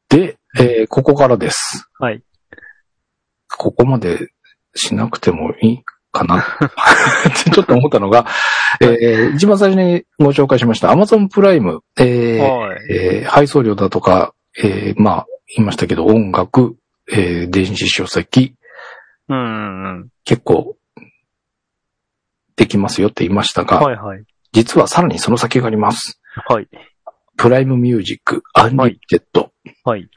で、えーここからです。はい。ここまでしなくてもいいかな。 ってちょっと思ったのが、えー一番最初にご紹介しました Amazon プライム、えーはい。えー配送料だとか、えーまあ、言いましたけど、音楽、えー電子書籍、うんうんうん。結構、できますよって言いましたが、はいはい。実はさらにその先があります。はい。プライムミュージック、アンリミテッド、はい。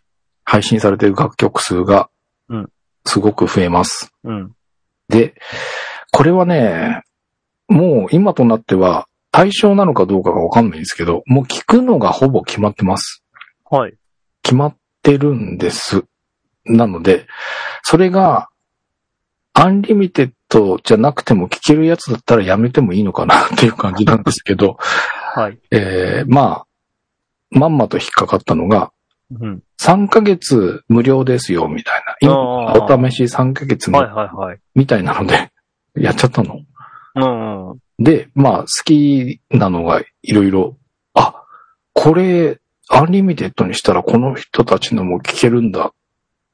配信されている楽曲数がうん、すごく増えます。うん。で、これはね、もう今となっては対象なのかどうかがわかんないんですけど、もう聞くのがほぼ決まってます。はい。決まってるんです。なので、それが、アンリミテッドじゃなくても聞けるやつだったらやめてもいいのかなっていう感じなんですけど、 はい。えーまあ、まんまと引っかかったのが、うん。 3ヶ月無料ですよ、みたいな。今あーお試し3ヶ月はいの、はいはい。みたいなので、 やっちゃったの。うんうん。で、まあ、好きなのがいろいろ、あ、これ、アンリミテッドにしたらこの人たちのも聞けるんだ、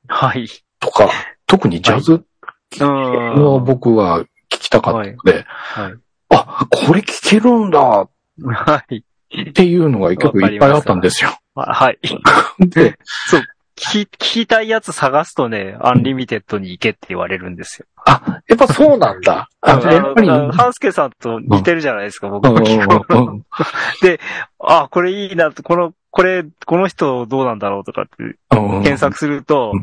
はい。とか、特にジャズうん。の僕は聞きたかったので、はい。あ、これ聞けるんだ、っはい。ていうのが結構いっぱいあったんですよ。あはい。で、聞き、聞きたいやつ探すとね、アンリミテッドに行けって言われるんですよ。あ、やっぱそうなんだ。あうんやっぱり、あのハンスケさんと似てるじゃないですか、僕も聞くうんうんうんあ、これいいな、この、これ、この人どうなんだろうとかってうん検索するとうん、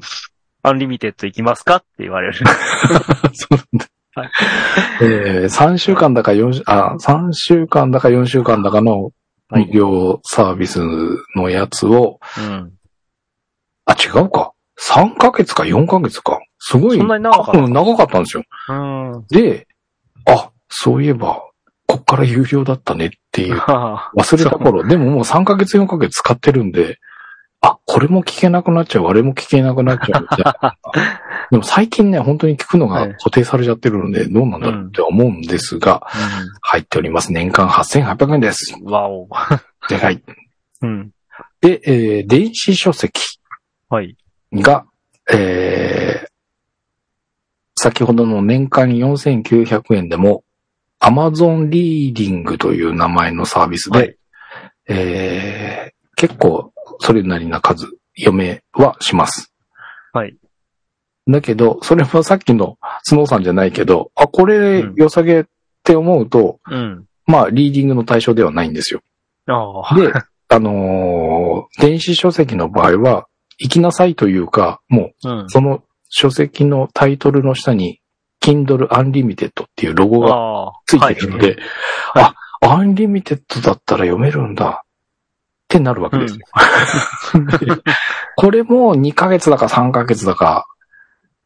アンリミテッド行きますかって言われる。そうなんだ。えー、3週間だか4週、あ、3週間だか4週間だかのはい無料サービスのやつを、うん。あ、違うか。3ヶ月か4ヶ月か。すごい、そんなに長かったうん長かったんですよ。うん。で、あ、そういえば、こっから有料だったねっていうは忘れた頃、でももう3ヶ月4ヶ月使ってるんで、あ、これも聞けなくなっちゃう、あれも聞けなくなっちゃうみたい な。でも最近ね、本当に聞くのがはい固定されちゃってるので、どうなんだろうって思うんですが、あ入っております。年間8800円です。うん。わお。でかい。うん。で、えー電子書籍はい。が、えー先ほどの年間4900円でも、Amazon リーディングという名前のサービスで、はいえー結構それなりな数読めはします。はい。だけど、それもさっきのスノーさんじゃないけど、あ、こうれん良さげって思うと、うん。まあ、リーディングの対象ではないんですよ。ああ。で、 あのー電子書籍の場合は、行きなさいというか、もうんう、。その書籍のタイトルの下に、Kindle Unlimited っていうロゴがああ。ついてるので、はいはいあ、アンリミテッドだったら読めるんだ。ってなるわけですよ。で これも2ヶ月だか3ヶ月だか、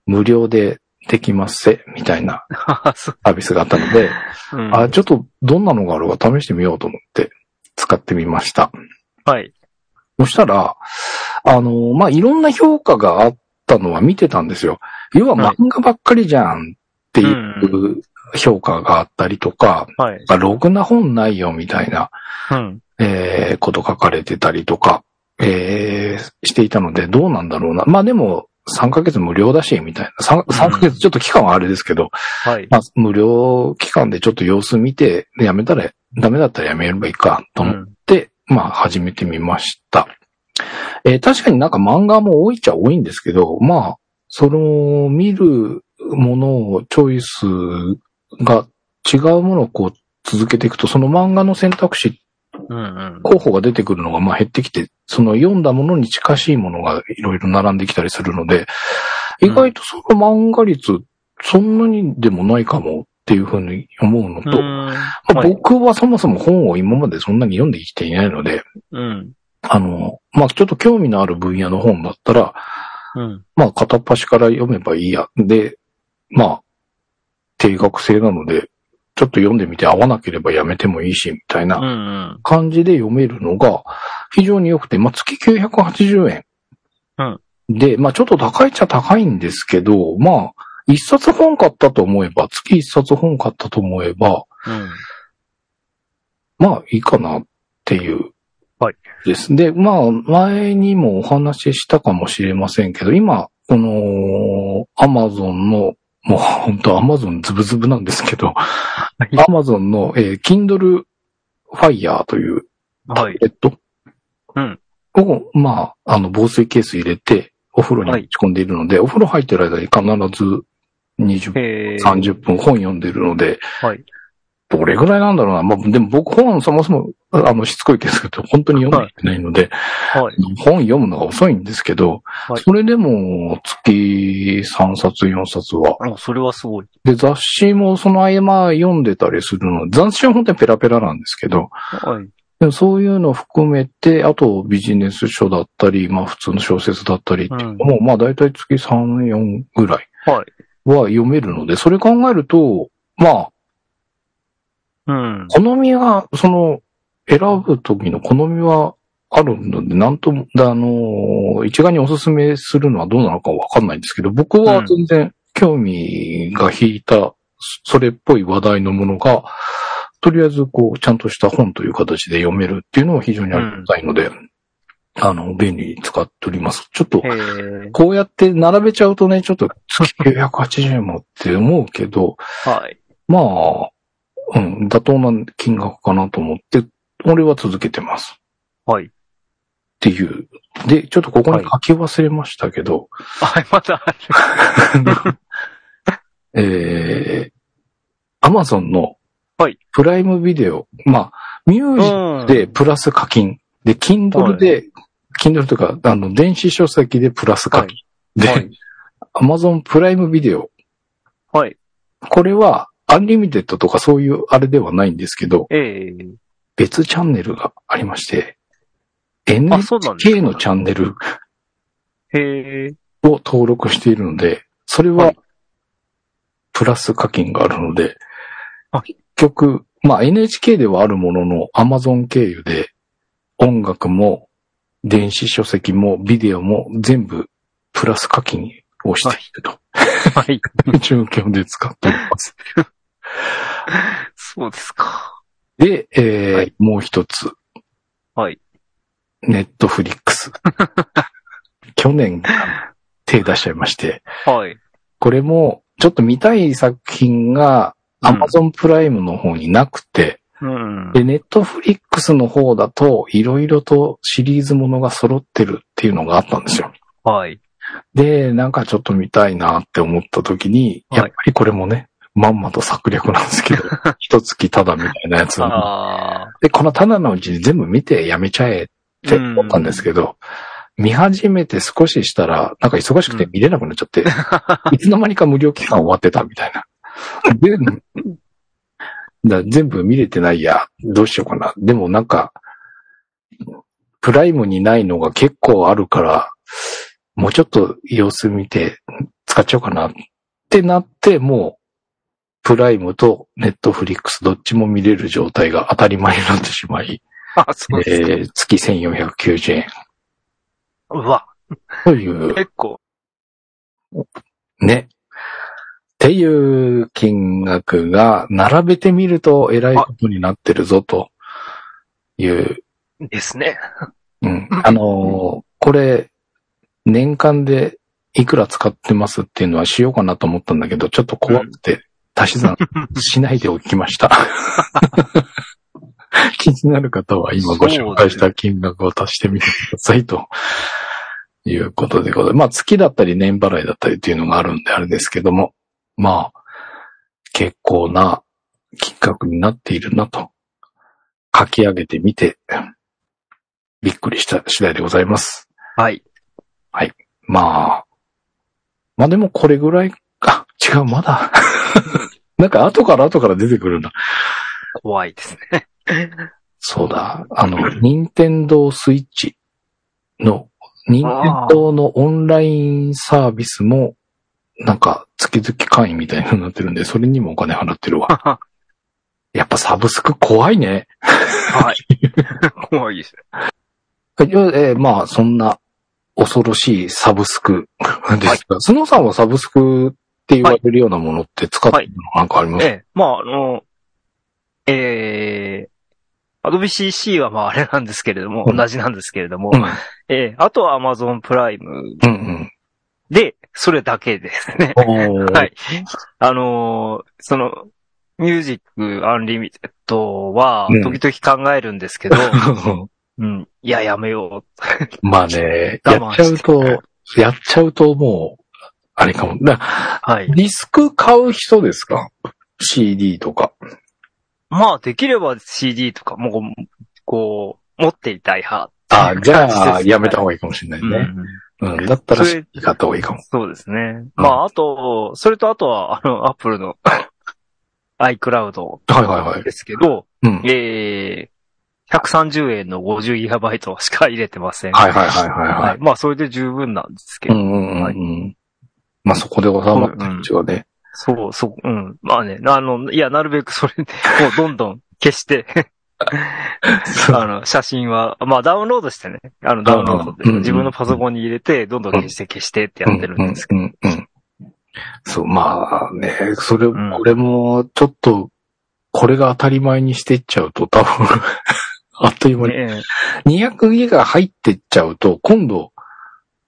無料でできますせ、みたいなはい。 そうサービスがあったので、うんあ、ちょっとどんなのがあるか試してみようと思って使ってみました。はい。そしたら、あの、まあ、いろんな評価があったのは見てたんですよ。要は漫画ばっかりじゃんっていう評価があったりとか、はい。まあろくな本ないよみたいな、うん。えーこと書かれてたりとか、えーしていたので、どうなんだろうな。まあ、でも、3ヶ月無料だし、みたいな。3, 3ヶ月、ちょっと期間はあれですけど、はい。まあ、無料期間でちょっと様子見て、でやめたら、ダメだったらやめればいいか、と思っん。で、まあ、始めてみました。えー確かになんか漫画も多いっちゃ多いんですけど、まあ、その、見るものを、チョイスが違うものをこう、続けていくと、その漫画の選択肢、うんうん。候補が出てくるのがまあ減ってきて、その読んだものに近しいものがいろいろ並んできたりするので、うん意外とその漫画率、そんなにでもないかもっていうふうに思うのと、うんまあはい僕はそもそも本を今までそんなに読んできていないので、うん。あの、まあ、ちょっと興味のある分野の本だったら、うん。まあ、片っ端から読めばいいや。で、まあ、定額制なので、ちょっと読んでみて合わなければやめてもいいし、みたいうんう。なん感じで読めるのが非常に良くて、まあ、月980円。うんで、まあ、ちょっと高いっちゃ高いんですけど、まあ、一冊本買ったと思えば、月一冊本買ったと思えば、うん。まあいいかなっていう。はい。です。で、まあ前にもお話ししたかもしれませんけど、今、この Amazon の、もう本当 Amazon ズブズブなんですけど、Amazon の、えー Kindle Fire というはい。えっと。うん。を、まあ、あの、防水ケース入れて、お風呂には打いち込んでいるので、お風呂入ってる間に必ず20分、えー。 30分本読んでるので、はい。どれぐらいなんだろうな。まあ、でも僕本そもそも、あの、しつこいですけど、本当に読んでいないので、はい。本読むのが遅いんですけど、はいそれでも月3冊4冊は。あ、それはすごい。で、雑誌もその合間読んでたりするの。雑誌は本当にペラペラなんですけど、はい。でもそういうのを含めて、あとビジネス書だったり、まあ普通の小説だったり、うん。もうまあ大体月3、4ぐらいはい。は読めるので、それ考えると、まあうん。好みが、その、選ぶ時の好みはあるので、なんとも、あの、一概におすすめするのはどうなのかわかんないんですけど、僕は全然興味が引いた、それっぽい話題のものが、とりあえずこう、ちゃんとした本という形で読めるっていうのは非常にありがたいので、あの、便利に使っております。ちょっとえ、ー。こうやって並べちゃうとね、ちょっと月980円もって思うけど、はい。まあ、うん、妥当な金額かなと思って、俺は続けてます。っはい。ていう。で、ちょっとここに書き忘れましたけど、はい、また。えー、Amazon のはいプライムビデオ、まあ、ミュージッうク、でプラス課金、で、Kindle で、Kindle というか、あの、電子書籍でプラス課金。で、はい。 Amazon プライムビデオ。はい。これは、アンリミテッドとかそういうあれではないんですけど、えー。別チャンネルがありまして、あ、そうなんですか NHK のチャンネルへえ。を登録しているので、それは、はいプラス課金があるのでは、結局、まあ NHK ではあるものの Amazon 経由で、音楽も、電子書籍も、ビデオも全部プラス課金をしているとはい。 いう状況で使っております。そうですか。で、えーはいもう一つ。はい。ネットフリックス。 去年、手出しちゃいまして。はい。これも、ちょっと見たい作品が、うん Amazon プライムの方になくて、うん。で、ネットフリックスの方だと、いろいろとシリーズものが揃ってるっていうのがあったんですよ。はい。で、なんかちょっと見たいなって思った時に、はいやっぱりこれもね、まんまと策略なんですけ ど、一月ただみたいなやつなんでああ。で、このただのうちに全部見てやめちゃえって思ったんですけど、見始めて少ししたら、なんか忙しくて見れなくなっちゃ って、いつの間にか無料期間終わってたみたいな。で、だ全部見れてないや、どうしようかな。でもなんか、プライムにないのが結構あるから、もうちょっと様子見て使っちゃおうかなってなって、もう、プライムとネットフリックスどっちも見れる状態が当たり前になってしまい、あ、そうえですか。ー月1490円うわ、という結構。ね。っていう金額が並べてみると偉いことになってるぞという、ですね。うん。あのーこれ、年間でいくら使ってますっていうのはしようかなと思ったんだけど、ちょっと怖くて足し算しないでおきました。 気になる方は今ご紹介した金額を足してみてくださいと。いうことでございます。まあ月だったり年払いだったりっていうのがあるんであれですけども、まあ、結構な金額になっているなと、書き上げてみて、びっくりした次第でございます。はい。まあ、まあでもこれぐらい、あ、違う、まだ。なんか後から後から出てくるな。怖い ですね。そうだ、あの、任天堂スイッチの、任天堂のオンラインサービスも、なんか、月々会員みたいになってるんで、それにもお金払ってるわ。はやっぱサブスク怖いね。い。怖いですね。はいえーまあ、そんな恐ろしいサブスク ですが、スノーさんはサブスクって言われるようなものって使ってるのなんかあります、ええ、まあ、あの、ええアドビ CC はまああれなんですけれども、うん同じなんですけれども、うんええあとは Amazon プライムうんで、それだけですね。うん。おーはい。 あのーその、ミュージックアンリミテッドはうん、時々考えるんで すけど、うん。いや、やめよ まあね、やっ我慢ちゃうしてと、やっちゃうともう、あれかも。だう。はい。ディスク買う人ですか ?CD とか。まあ、できれば CD とかも、こうこう、持っていたい派。あじゃあ、そうですねやめた方がいいかもしれないね。うんうん。だったらそれ CD 買った方がいいかも。そうですね。まあ、あと、それとあとは、あの、Apple の iCloud はいはいはい。ですけど、うん。えー、130円の 50GB しか入れてません。はいはいはいはいははいい。まあ、それで十分なんですけうど。んうんうんうん。まあそこで収まったうちはね。そう、そう、うん。まあね、あの、いや、なるべくそれで、もうどんどん消して、あの、写真は、まあダウンロードしてね、あの、ダウンロードうでん、自分のパソコンに入れて、どんどん消して消してってやってるんですけうんうんうん。そう、まあね、それ、んこれも、ちょっと、これが当たり前にしていっちゃうと、多分、 あっというど。間に。ね200ギガ入ってっちゃうと、今度、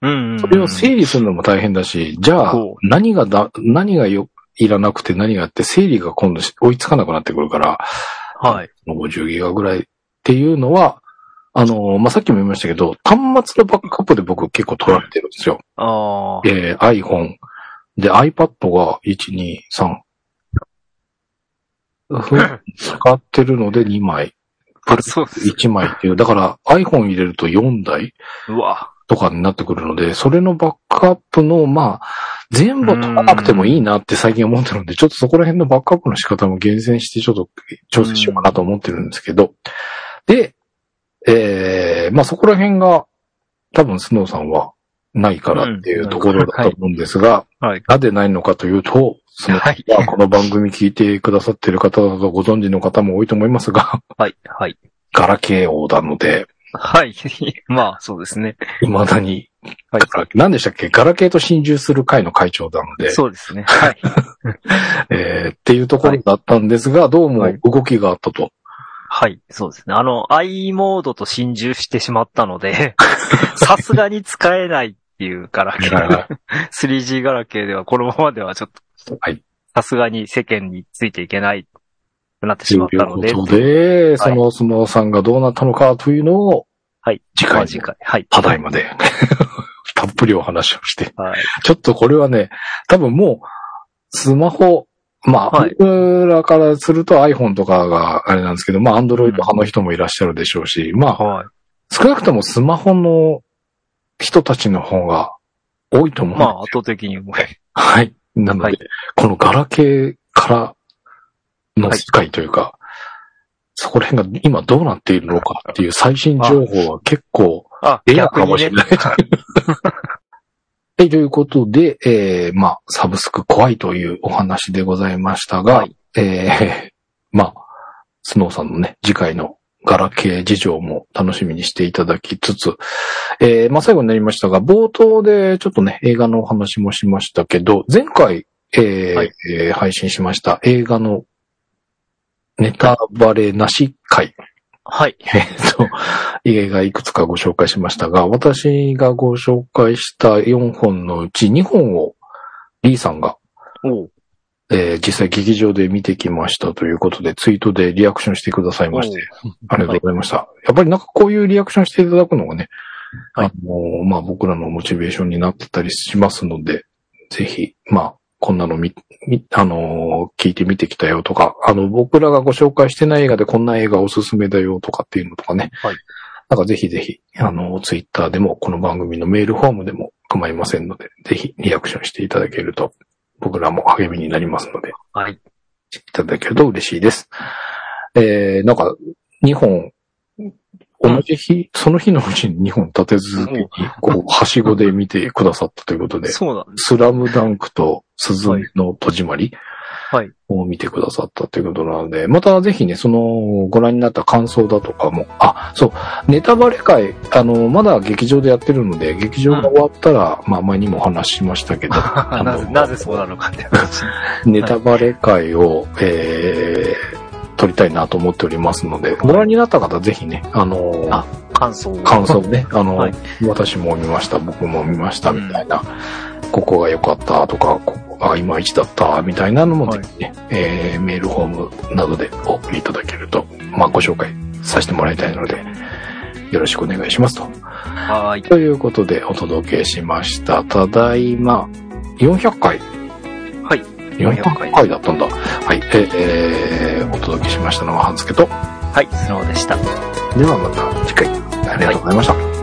うんうん。それを整理するのも大変だし、じゃあそう、何がだ、何がよ、いらなくて何があって、整理が今度し追いつかなくなってくるから、はい。 50ギガぐらいっていうのは、あの、まあ、さっきも言いましたけど、端末のバックアップで僕結構取られてるんですよ。ああ。えー iPhone。で、iPad が1、2、3。ふん使ってるので2枚。プラス そうです。 1枚っていう。だから iPhone 入れると4台。うわ。とかになってくるので、それのバックアップの、まあ、全部は取らなくてもいいなって最近思ってるので、ちょっとそこら辺のバックアップの仕方も厳選してちょっと調整しようかなと思ってるんですけど、で、えー、まあそこら辺が多分スノーさんはないからっていうところだと思うんですが、はい。なぜないのかというと、その、はい。まあこの番組聞いてくださってる方だとご存知の方も多いと思いますが、 はい。はい。ガラケー王なので、はい。 まあ、そうですね。未だにはい。ガラ何でしたっけガラケーと心中する会の会長なので、そうですね。はい。えーっていうところだったんですが、どうもはい動きがあったと。はい。そうですね。あの、i モードと心中してしまったの で、さすがに使えないっていうガラケはいはー。3G ガラケーでは、このままではちょっと、 はい。さすがに世間についていけない、なってとしいまったのでう、ことで、その相撲さんがどうなったのかというのを、はい。次ま回あ次回。はい。ただいまで、 たっぷりお話をして。はい。ちょっとこれはね、多分もう、スマホ、まあ、はい僕らからすると iPhone とかがあれなんですけど、まあ、Android 派の人もいらっしゃるでしょうし、まあ、はい。少なくともスマホの人たちの方が多いと思う。まあ、圧倒的にもう。はい。なので、はいこのガラケーからの世界というか、そこら辺が今どうなっているのかっていう最新情報は結構、あ、レアかもしれない逆にねはい、ということで、えー、まあ、サブスク怖いというお話でございましたが、はえー、 まあ、スノーさんのね、次回のガラケー事情も楽しみにしていただきつつ、えー、まあ、最後になりましたが、冒頭でちょっとね、映画のお話もしましたけど、前回、えーはいえー配信しました映画のネタバレなし回はい。えっ と、映画いくつかご紹介しましたが、私がご紹介した4本のうち2本をリーさんが、おうえー実際劇場で見てきましたということで、ツイートでリアクションしてくださいまして、ありがとうございました。やっぱりなんかこういうリアクションしていただくのがね、はいあのーまあ、僕らのモチベーションになってたりしますので、ぜひ、まあ、こんなのみ、み、あのー聞いてみてきたよとか、あの、僕らがご紹介してない映画でこんな映画おすすめだよとかっていうのとかね。はい。なんかぜひぜひ、あの、ツイッターでも、この番組のメールフォームでも構いませんので、ぜひリアクションしていただけると、僕らも励みになりますので、はい。いただけると嬉しいです。えー、なんか、2本、同じ日、その日のうちに2本立て続けに、こう、はしごで見てくださったということで、そうなんです。スラムダンクと鈴の戸締まりはいを見てくださったということなので、またぜひね、その、ご覧になった感想だとかも、あ、そう、ネタバレ会、あの、まだ劇場でやってるので、劇場が終わったら、まあ前にもお話ししましたけど、あ のなぜ、なぜそうなのかって話。ネタバレ会を、えー、撮りたいなと思っておりますので、ご覧になった方ぜひね、あのーあ感想を感想ね、あの、 はい私も見ました、僕も見ました、みたいな、ここが良かったとか、ここがいまいちだった、みたいなのもぜひね、えーメールフォームなどでお送りいただけると、まあ、ご紹介させてもらいたいので、よろしくお願いしますと。はーい。ということでお届けしました。ただいま、400回。はい。 400回だったんだ。はい。えーえーお届けしましたのは半助と。はい、スノーでした。ではまた次回、ありがとうございました。